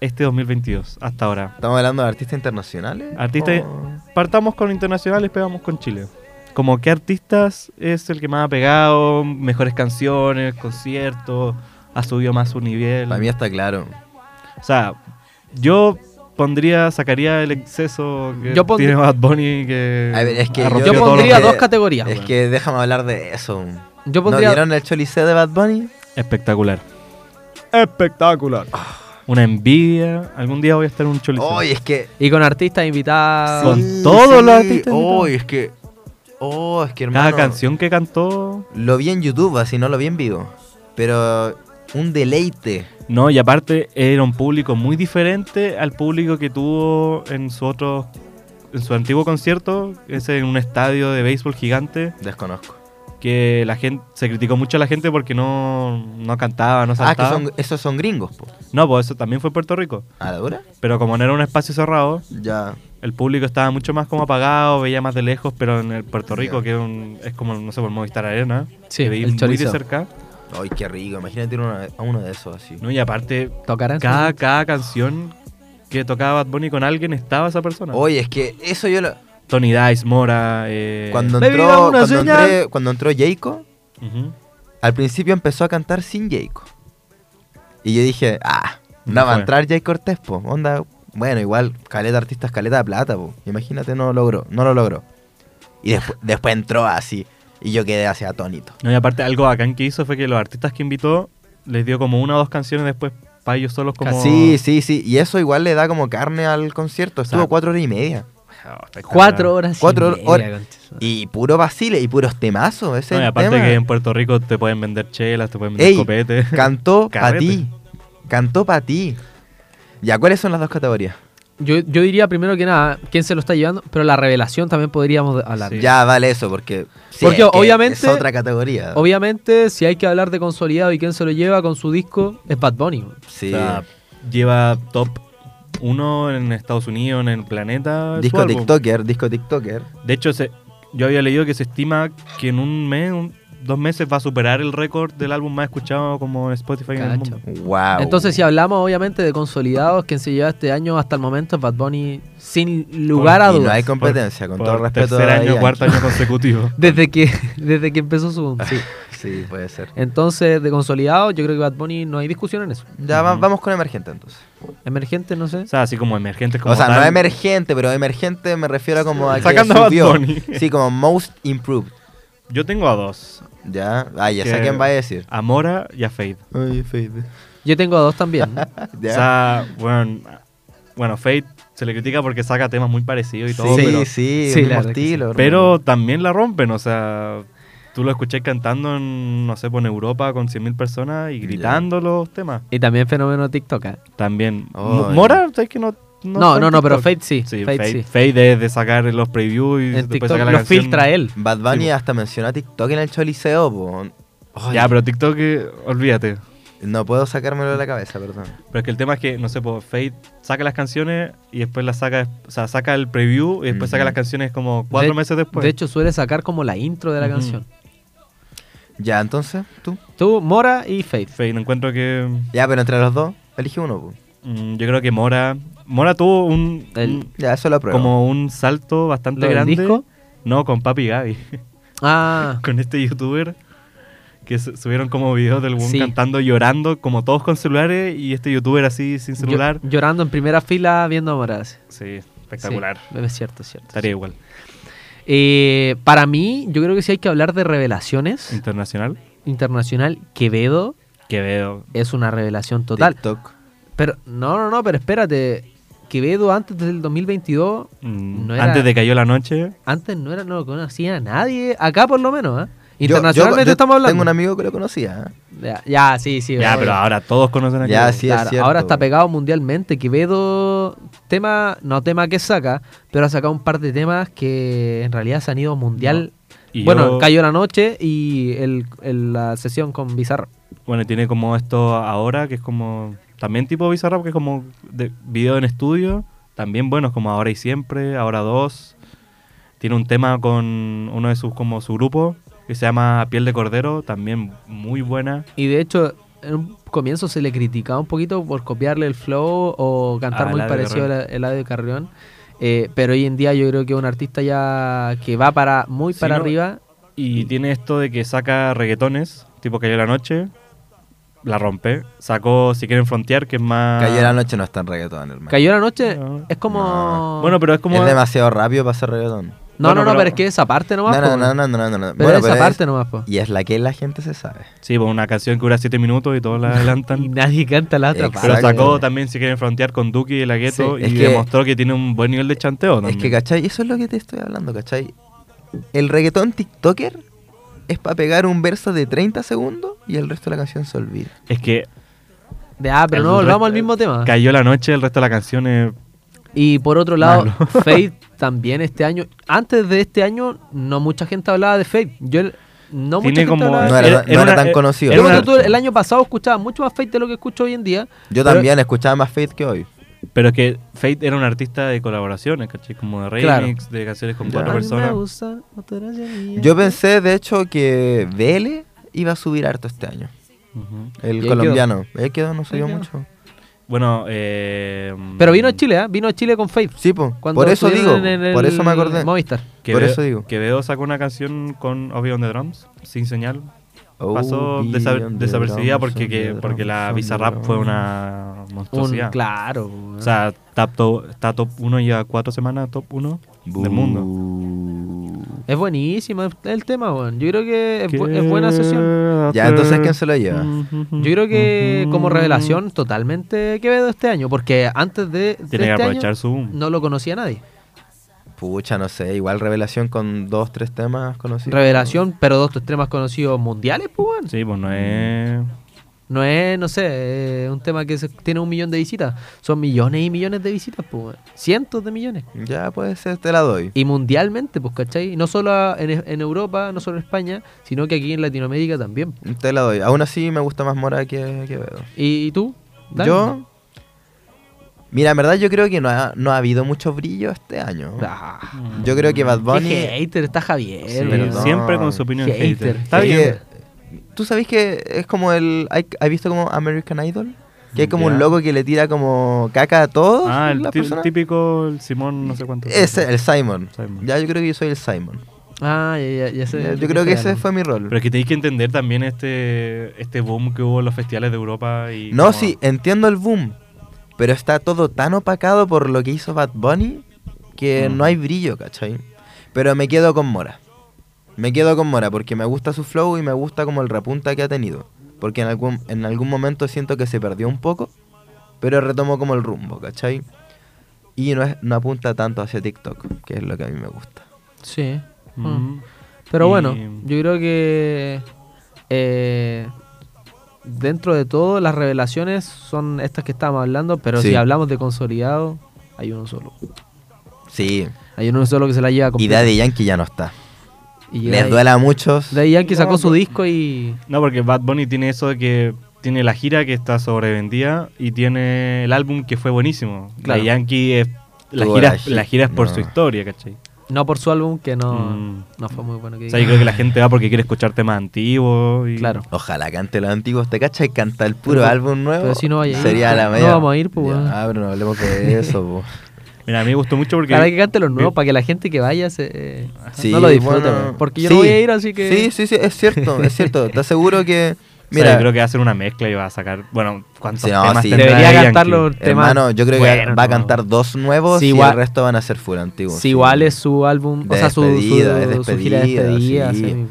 Speaker 3: este 2022 hasta ahora?
Speaker 2: ¿Estamos hablando de artistas internacionales? Oh,
Speaker 3: Artistas-
Speaker 2: O-
Speaker 3: Partamos con internacionales, pegamos con Chile. Como qué artistas es el que más ha pegado, mejores canciones, conciertos, ha subido más su nivel.
Speaker 2: Para mí está claro.
Speaker 3: O sea, yo pondría, sacaría el exceso que
Speaker 4: Yo pondr-
Speaker 3: tiene Bad Bunny que,
Speaker 2: A ver, es que
Speaker 3: ha
Speaker 4: Yo
Speaker 2: yo-
Speaker 3: rompido
Speaker 2: creo
Speaker 3: todos los
Speaker 4: pondría
Speaker 2: que-
Speaker 3: récords.
Speaker 4: dos categorías.
Speaker 2: es
Speaker 4: weón.
Speaker 2: que déjame hablar de eso.
Speaker 4: Yo
Speaker 2: ¿No
Speaker 4: pondría
Speaker 2: vieron el cholicé de Bad Bunny?
Speaker 3: Espectacular. Espectacular. Una envidia. Algún día voy a estar en un
Speaker 2: Oye,
Speaker 3: choliseo.
Speaker 2: es que.
Speaker 4: y con artistas invitados.
Speaker 3: Con todos los artistas
Speaker 2: Oye, es que. Oh, es que hermano.
Speaker 3: Cada canción que cantó.
Speaker 2: Lo vi en YouTube, así no lo vi en vivo. Pero un deleite.
Speaker 3: No, y aparte era un público muy diferente al público que tuvo en su otro. En su antiguo concierto, ese en un estadio de béisbol gigante,
Speaker 2: Desconozco.
Speaker 3: que la gente se criticó mucho a la gente porque no, no cantaba, no
Speaker 2: Ah, que
Speaker 3: saltaba.
Speaker 2: son, esos son gringos, po.
Speaker 3: No, pues eso también fue en Puerto Rico.
Speaker 2: ¿A la dura?
Speaker 3: Pero como no era un espacio cerrado,
Speaker 2: Ya.
Speaker 3: el público estaba mucho más como apagado, veía más de lejos, pero en el Puerto Rico,
Speaker 2: Ya.
Speaker 3: que es un- es como, no sé, por Movistar Arena,
Speaker 4: Sí,
Speaker 3: que veía
Speaker 4: el
Speaker 3: muy
Speaker 4: chorizo.
Speaker 3: de cerca.
Speaker 2: Ay, qué rico. Imagínate ir a uno- a uno de esos así.
Speaker 3: ¿no? Y aparte,
Speaker 4: Tocarán.
Speaker 3: cada, cada canción que tocaba Bad Bunny con alguien estaba esa persona.
Speaker 2: Oye, es que eso yo lo.
Speaker 3: Tony Dice, Mora. eh,
Speaker 2: Cuando
Speaker 3: Baby,
Speaker 2: entró,
Speaker 3: dame una
Speaker 2: cuando,
Speaker 3: señal.
Speaker 2: entré- cuando entró Jayco,
Speaker 3: Ujú.
Speaker 2: al principio empezó a cantar sin Jayco. Y yo dije, ah, no
Speaker 3: No
Speaker 2: va a
Speaker 3: fue.
Speaker 2: entrar Jay Cortés, po. Onda, bueno, igual, caleta artistas, caleta de plata, po. Imagínate, no lo logró, no lo logró. Y despu- después entró así. Y yo quedé hacia atónito.
Speaker 3: No, y aparte, algo bacán que hizo fue que los artistas que invitó les dio como una o dos canciones después para ellos solos como... Oh,
Speaker 2: Sí, sí, sí. Y eso igual le da como carne al concierto. Estuvo
Speaker 3: Exacto.
Speaker 2: cuatro horas y media.
Speaker 3: Oh, está
Speaker 4: Cuatro
Speaker 3: cabrón.
Speaker 4: horas. y
Speaker 2: Cuatro
Speaker 4: Ah, media,
Speaker 2: horas-
Speaker 4: concha su madre.
Speaker 2: Y puro vacile y puros temazos. Ese
Speaker 3: No, y
Speaker 2: es el
Speaker 3: aparte
Speaker 2: tema.
Speaker 3: que en Puerto Rico te pueden vender chelas, te pueden vender
Speaker 2: Ey,
Speaker 3: copete.
Speaker 2: Cantó para
Speaker 3: Carrete.
Speaker 2: ti. Cantó para ti. Ya, ¿cuáles son las dos categorías?
Speaker 4: Yo, yo diría primero que nada quién se lo está llevando, pero la revelación también podríamos hablar.
Speaker 3: Sí.
Speaker 2: Ya vale eso, porque. sí,
Speaker 4: Porque
Speaker 2: es que
Speaker 4: obviamente-
Speaker 2: Es otra categoría.
Speaker 4: Obviamente, si hay que hablar de consolidado y quién se lo lleva con su disco, es Bad Bunny. weón.
Speaker 2: Sí.
Speaker 3: O sea, lleva top 1 en Estados Unidos, en el planeta. su
Speaker 2: disco
Speaker 3: álbum.
Speaker 2: TikToker, disco TikToker.
Speaker 3: De hecho, se- yo había leído que se estima que en un mes, un- dos meses, va a superar el récord del álbum más escuchado como en Spotify en el
Speaker 4: Cacho.
Speaker 3: mundo.
Speaker 2: Wow.
Speaker 4: Entonces, si hablamos obviamente de consolidados, quien se lleva este año hasta el momento es Bad Bunny, sin lugar a
Speaker 2: y no
Speaker 4: dudas.
Speaker 2: hay competencia, con
Speaker 3: Por
Speaker 2: todo el respeto.
Speaker 3: tercer
Speaker 2: a
Speaker 3: año,
Speaker 2: Yankee.
Speaker 3: cuarto año consecutivo.
Speaker 4: Desde que, desde que empezó su. sí.
Speaker 2: Sí, puede ser.
Speaker 4: Entonces, de consolidados, yo creo que Bad Bunny no hay discusión en eso.
Speaker 2: Ya va-
Speaker 3: Ujú.
Speaker 2: vamos con emergente entonces.
Speaker 4: Emergente, no sé.
Speaker 3: o sea, así como emergentes como
Speaker 2: o sea,
Speaker 3: tal.
Speaker 2: no emergente, pero emergente me refiero a como a que
Speaker 3: Sacando a Bad
Speaker 2: subió.
Speaker 3: Bunny.
Speaker 2: Sí, como most improved.
Speaker 3: Yo tengo a dos.
Speaker 2: Ya. Ah, ya sé
Speaker 3: Que-
Speaker 2: quién va a decir.
Speaker 3: A Mora y a Fade.
Speaker 2: Ay, Fade.
Speaker 4: Yo tengo a dos también.
Speaker 2: Ya.
Speaker 3: O sea, bueno, bueno, Fade se le critica porque saca temas muy parecidos y todo,
Speaker 2: sí,
Speaker 3: pero,
Speaker 2: sí,
Speaker 4: Sí, la
Speaker 2: el mismo
Speaker 4: verdad que sí.
Speaker 2: estilo.
Speaker 3: pero también la rompen. O sea, tú lo escuché cantando en, no sé, pues en Europa con 100.000 personas y
Speaker 2: Ya.
Speaker 3: gritando los temas.
Speaker 4: y también fenómeno TikTok. ¿eh?
Speaker 3: También.
Speaker 2: Oh,
Speaker 3: Mo- Mora, ¿sabes que no?
Speaker 4: No,
Speaker 3: está
Speaker 4: no,
Speaker 3: en
Speaker 4: no, pero
Speaker 3: TikTok?
Speaker 4: Fade sí.
Speaker 3: Sí,
Speaker 4: Fade
Speaker 3: Fade,
Speaker 4: sí.
Speaker 3: Fade es de sacar los previews y
Speaker 4: En
Speaker 3: después
Speaker 4: TikTok
Speaker 3: sacar la
Speaker 4: lo
Speaker 3: canción.
Speaker 4: filtra él.
Speaker 2: Bad Bunny
Speaker 3: Sí,
Speaker 2: hasta menciona TikTok en el Choliseo, po. Ay,
Speaker 3: Oh, Ya, pero TikTok, eh, olvídate.
Speaker 2: No puedo sacármelo de la cabeza, perdón.
Speaker 3: Pero es que el tema es que, no sé, pues Fade saca las canciones y después las saca, o sea, saca el preview y después saca
Speaker 2: Ujú.
Speaker 3: las canciones como cuatro
Speaker 4: De-
Speaker 3: meses después.
Speaker 4: De hecho, suele sacar como la intro de la
Speaker 3: Ujú.
Speaker 4: canción.
Speaker 2: Ya, entonces, tú.
Speaker 4: Tú, Mora y Fade.
Speaker 3: Fade, encuentro que.
Speaker 2: Ya, pero entre los dos, elige uno, po.
Speaker 3: mm, yo creo que Mora. Mora tuvo un.
Speaker 4: El-
Speaker 2: Ya, eso lo
Speaker 3: un-
Speaker 2: apruebo.
Speaker 3: como un salto bastante
Speaker 4: ¿Lo del
Speaker 3: grande.
Speaker 4: disco?
Speaker 3: No, con Papi Gaby.
Speaker 4: Ah,
Speaker 3: con este youtuber que su- subieron como videos del weón
Speaker 4: Sí.
Speaker 3: cantando llorando, como todos con celulares, y este youtuber así sin celular.
Speaker 4: llo- llorando en primera fila viendo a Mora. sí.
Speaker 3: Sí, espectacular.
Speaker 4: Sí, es cierto, es cierto.
Speaker 3: Estaría igual.
Speaker 4: Eh, para mí, yo creo que si hay que hablar de revelaciones
Speaker 3: Mm. Internacional.
Speaker 4: internacional, Quevedo
Speaker 3: Quevedo.
Speaker 4: es una revelación total.
Speaker 2: TikTok.
Speaker 4: Pero no, no, no, pero espérate. Quevedo antes del 2022,
Speaker 3: Mm,
Speaker 4: No era-
Speaker 3: Antes de Cayó la Noche.
Speaker 4: antes no era, no lo conocía a nadie, acá por lo menos, ¿eh?
Speaker 2: Yo-
Speaker 4: Internacionalmente
Speaker 2: yo- yo
Speaker 4: estamos hablando.
Speaker 2: Tengo un amigo que lo conocía. ¿eh?
Speaker 4: Ya, ya, sí, sí.
Speaker 3: Ya,
Speaker 4: obvio.
Speaker 3: pero ahora todos conocen a
Speaker 2: Ya,
Speaker 3: Quevedo.
Speaker 2: sí, es
Speaker 4: Claro,
Speaker 2: cierto.
Speaker 4: ahora está pegado mundialmente. Quevedo tema, no tema que saca, pero ha sacado un par de temas que en realidad se han ido mundial.
Speaker 3: Y
Speaker 4: bueno,
Speaker 3: yo-
Speaker 4: cayó la noche y el, el- la sesión con Bizarro.
Speaker 3: Bueno, tiene como esto ahora, que es como. También tipo Bizarrap, que es como de video en estudio. También buenos, como Ahora y Siempre, Ahora 2. Tiene un tema con uno de sus, como su grupo, que se llama Piel de Cordero. También muy buena.
Speaker 4: Y de hecho, en un comienzo se le criticaba un poquito por copiarle el flow o cantar
Speaker 3: Ah,
Speaker 4: muy
Speaker 3: Eladio
Speaker 4: parecido
Speaker 3: Carrión.
Speaker 4: al el de Carrión. Eh, pero hoy en día yo creo que es un artista ya que va para muy
Speaker 3: Sí,
Speaker 4: para
Speaker 3: no, eh,
Speaker 4: arriba.
Speaker 3: Y tiene esto de que saca reggaetones, tipo Cayó la Noche. La rompe. Sacó Si Quieren Frontear, que es
Speaker 4: Ah.
Speaker 3: más.
Speaker 2: Cayó la noche no es tan reggaetón, hermano.
Speaker 4: Cayó la noche,
Speaker 3: No.
Speaker 4: es como...
Speaker 2: No.
Speaker 3: Bueno, pero es como.
Speaker 2: Es demasiado rápido para ser reggaetón.
Speaker 4: No,
Speaker 3: Bueno,
Speaker 4: no, no,
Speaker 3: pero-
Speaker 4: pero, es que esa parte
Speaker 2: No,
Speaker 4: nomás.
Speaker 2: no,
Speaker 4: po.
Speaker 2: no, no, no, no. no.
Speaker 4: Pero
Speaker 2: Bueno,
Speaker 4: esa
Speaker 2: pero es-
Speaker 4: parte nomás, po.
Speaker 2: Y es la que la gente se sabe.
Speaker 3: Sí, pues una canción que dura 7 minutos y todos
Speaker 4: Y
Speaker 3: la adelantan.
Speaker 4: nadie canta la otra
Speaker 2: Exacto.
Speaker 3: Pero
Speaker 4: parte.
Speaker 3: sacó también Si Quieren Frontear con Duki y la Gueto
Speaker 2: Sí,
Speaker 3: y
Speaker 2: es que-
Speaker 3: demostró que tiene un buen nivel de chanteo
Speaker 2: Es
Speaker 3: también.
Speaker 2: que, ¿cachai? Eso es lo que te estoy hablando, ¿cachai? El reggaetón TikToker es para pegar un verso de 30 segundos y el resto de la canción se olvida.
Speaker 3: Es que
Speaker 4: De- ah, pero
Speaker 3: El
Speaker 4: no volvamos al
Speaker 3: resto-
Speaker 4: mismo tema.
Speaker 3: cayó la noche, el resto de la canción es...
Speaker 4: Y por otro lado,
Speaker 3: Malo.
Speaker 4: Fade también este año. Antes de este año, no mucha gente hablaba de Fade. Yo el- no mucha
Speaker 3: tiene
Speaker 4: gente
Speaker 3: como...
Speaker 4: hablaba de
Speaker 2: No
Speaker 4: Fade.
Speaker 2: era- no era tan conocido.
Speaker 4: Yo
Speaker 2: era
Speaker 4: creo
Speaker 3: una-
Speaker 4: que tú el año pasado escuchaba mucho más Fade de lo que escucho hoy en día.
Speaker 2: Yo
Speaker 4: Pero-
Speaker 2: también escuchaba más Fate que hoy.
Speaker 3: pero es que Fate era un artista de colaboraciones, ¿cachai? Como de
Speaker 4: Claro.
Speaker 3: remix, de canciones con
Speaker 2: Ya.
Speaker 3: cuatro
Speaker 4: A mí me
Speaker 3: personas.
Speaker 4: gusta, no te harás de mí.
Speaker 2: Yo pensé, de hecho, que Vélez iba a subir harto este año.
Speaker 3: Ujú.
Speaker 4: Y ahí
Speaker 2: El
Speaker 4: quedó.
Speaker 2: colombiano. Él quedó, no subió
Speaker 4: quedó.
Speaker 2: mucho.
Speaker 3: Bueno, eh...
Speaker 4: Pero vino a Chile, ¿ah? Vino a Chile con Fade.
Speaker 2: Sí, po. por eso digo.
Speaker 4: estuvieron en el
Speaker 2: por eso me acordé.
Speaker 4: Movistar.
Speaker 2: por
Speaker 3: Quevedo-
Speaker 2: eso digo.
Speaker 3: Quevedo sacó una canción con Obi on the Drums, sin señal.
Speaker 2: Oh,
Speaker 3: Pasó
Speaker 2: be
Speaker 3: desa-
Speaker 2: on the
Speaker 3: desapercibida
Speaker 2: drums,
Speaker 3: porque,
Speaker 2: on
Speaker 3: que-
Speaker 2: the drums,
Speaker 3: porque la
Speaker 2: on the
Speaker 3: Bizarrap fue
Speaker 2: drums.
Speaker 3: una
Speaker 4: Un,
Speaker 3: monstruosidad.
Speaker 4: claro.
Speaker 3: ah. O sea, tap to- está top 1 ya cuatro semanas top 1 del mundo.
Speaker 2: mundo.
Speaker 4: es buenísimo el tema, weón. Yo creo que es, bu- es buena sesión.
Speaker 2: Ya, entonces, ¿quién se lo lleva?
Speaker 3: Mm.
Speaker 4: Yo creo que como revelación totalmente Quevedo este año, porque antes de, de
Speaker 3: Tiene que
Speaker 4: este
Speaker 3: aprovechar
Speaker 4: año
Speaker 3: su boom.
Speaker 4: no lo conocía nadie.
Speaker 2: Pucha, no sé. Igual revelación con dos, tres temas conocidos.
Speaker 4: Revelación, pero dos tres temas conocidos mundiales, pues weón.
Speaker 3: Sí, pues no es.
Speaker 4: No es, no sé, eh, un tema que se- tiene un millón de visitas. Son millones y millones de visitas, pues weón. Cientos de millones.
Speaker 2: Ya puede ser, te la doy.
Speaker 4: Y mundialmente, pues, ¿cachai? No solo a- en, en Europa, no solo en España, sino que aquí en Latinoamérica también.
Speaker 2: Te la doy. Aún así me gusta más Mora que Quevedo.
Speaker 4: ¿Y, y tú? Dani?
Speaker 2: Yo. Mira, en verdad yo creo que no ha, no ha habido mucho brillo este año.
Speaker 4: Ah,
Speaker 2: Yo creo que Bad Bunny.
Speaker 4: qué hater está Javier.
Speaker 3: Sí,
Speaker 2: perdón.
Speaker 4: weón.
Speaker 3: siempre con su opinión hater.
Speaker 4: Hater.
Speaker 3: Está
Speaker 2: es
Speaker 3: bien.
Speaker 2: que- Tú sabes que es como el. ¿Has visto como American Idol? Que hay como
Speaker 3: Ya.
Speaker 2: un loco que le tira como caca a todos.
Speaker 3: Ah, el
Speaker 2: las
Speaker 3: ti-
Speaker 2: personas.
Speaker 3: típico el Simón, no sé cuánto.
Speaker 2: Oh, Ese, el Simon.
Speaker 3: Simon.
Speaker 2: Ya yo creo que yo soy el Simon.
Speaker 4: Ah, ya, ya, ya sé.
Speaker 2: Ya,
Speaker 4: de qué
Speaker 2: yo creo que
Speaker 4: estoy hablando.
Speaker 2: ese fue mi rol.
Speaker 3: Pero es que tenéis que entender también este, este boom que hubo en los festivales de Europa. y
Speaker 2: No,
Speaker 3: como-
Speaker 2: sí, entiendo el boom. Pero está todo tan opacado por lo que hizo Bad Bunny que
Speaker 3: Mm.
Speaker 2: no hay brillo, ¿cachai? Pero me quedo con Mora. Me quedo con Mora porque me gusta su flow y me gusta como el repunta que ha tenido. Porque en algún, en algún momento siento que se perdió un poco, pero retomó como el rumbo, ¿cachai? Y no, es, no apunta tanto hacia TikTok, que es lo que a mí me gusta.
Speaker 4: Sí.
Speaker 3: Mm.
Speaker 4: Pero
Speaker 3: Y-
Speaker 4: bueno, yo creo que eh, dentro de todo las revelaciones son estas que estábamos hablando, pero
Speaker 2: Sí.
Speaker 4: si hablamos de consolidado, hay uno solo.
Speaker 2: Sí,
Speaker 4: Hay uno solo que se la lleva
Speaker 2: y
Speaker 4: completa.
Speaker 2: Daddy Yankee ya no está.
Speaker 4: Y
Speaker 2: Les
Speaker 4: Daddy-
Speaker 2: duela a muchos.
Speaker 4: Daddy Yankee sacó
Speaker 3: No,
Speaker 4: su
Speaker 3: pero-
Speaker 4: disco y...
Speaker 3: No, porque Bad Bunny tiene eso de que tiene la gira que está sobrevendida y tiene el álbum que fue buenísimo.
Speaker 4: Claro.
Speaker 3: La Yankee es. La
Speaker 2: Tuvo
Speaker 3: gira,
Speaker 2: la
Speaker 3: es-
Speaker 2: gi-
Speaker 3: la gira es por
Speaker 2: no.
Speaker 3: su historia, ¿cachai?
Speaker 4: No por su álbum, que no,
Speaker 3: Mm.
Speaker 4: no fue muy bueno. Que
Speaker 3: O sea, yo
Speaker 4: digamos.
Speaker 3: creo que la gente va porque quiere escuchar temas antiguos. Y...
Speaker 4: Claro.
Speaker 2: Ojalá cante los antiguos, ¿te cachas? Y canta el puro
Speaker 4: Pero-
Speaker 2: álbum nuevo.
Speaker 4: pero si no vaya a ir,
Speaker 2: Sería
Speaker 4: po.
Speaker 2: la
Speaker 4: No
Speaker 2: media.
Speaker 4: vamos a ir, po,
Speaker 2: Ya,
Speaker 4: weón.
Speaker 2: Ah, pero no hablemos de eso, pues. po.
Speaker 3: Mira, a mí me gustó mucho porque.
Speaker 4: Para que cante los nuevos,
Speaker 3: vi-
Speaker 4: para que la gente que vaya se, eh,
Speaker 2: Sí,
Speaker 4: no lo disfrute.
Speaker 2: bueno.
Speaker 4: weón. porque yo
Speaker 2: Sí.
Speaker 4: no voy a ir, así que...
Speaker 2: Sí, sí, sí, es cierto, es cierto. Te aseguro
Speaker 3: O
Speaker 2: que.
Speaker 3: sea,
Speaker 2: Mira,
Speaker 3: yo creo que va a hacer una mezcla y va a sacar. Bueno, ¿cuántos
Speaker 2: Sí, no,
Speaker 3: temas
Speaker 2: sí.
Speaker 3: tendrá
Speaker 4: Debería
Speaker 3: Yankee?
Speaker 4: gastar los temas.
Speaker 2: hermano, yo creo que
Speaker 4: Bueno,
Speaker 2: va a
Speaker 4: no.
Speaker 2: cantar dos nuevos
Speaker 4: Sí,
Speaker 2: y
Speaker 4: igual-
Speaker 2: el resto van a ser full antiguos.
Speaker 4: Si
Speaker 2: sí.
Speaker 4: igual es su álbum,
Speaker 2: De
Speaker 4: o sea, su,
Speaker 2: despedida,
Speaker 4: su,
Speaker 2: es
Speaker 4: su gira de
Speaker 2: despedida,
Speaker 4: despedida.
Speaker 2: sí.
Speaker 4: sí.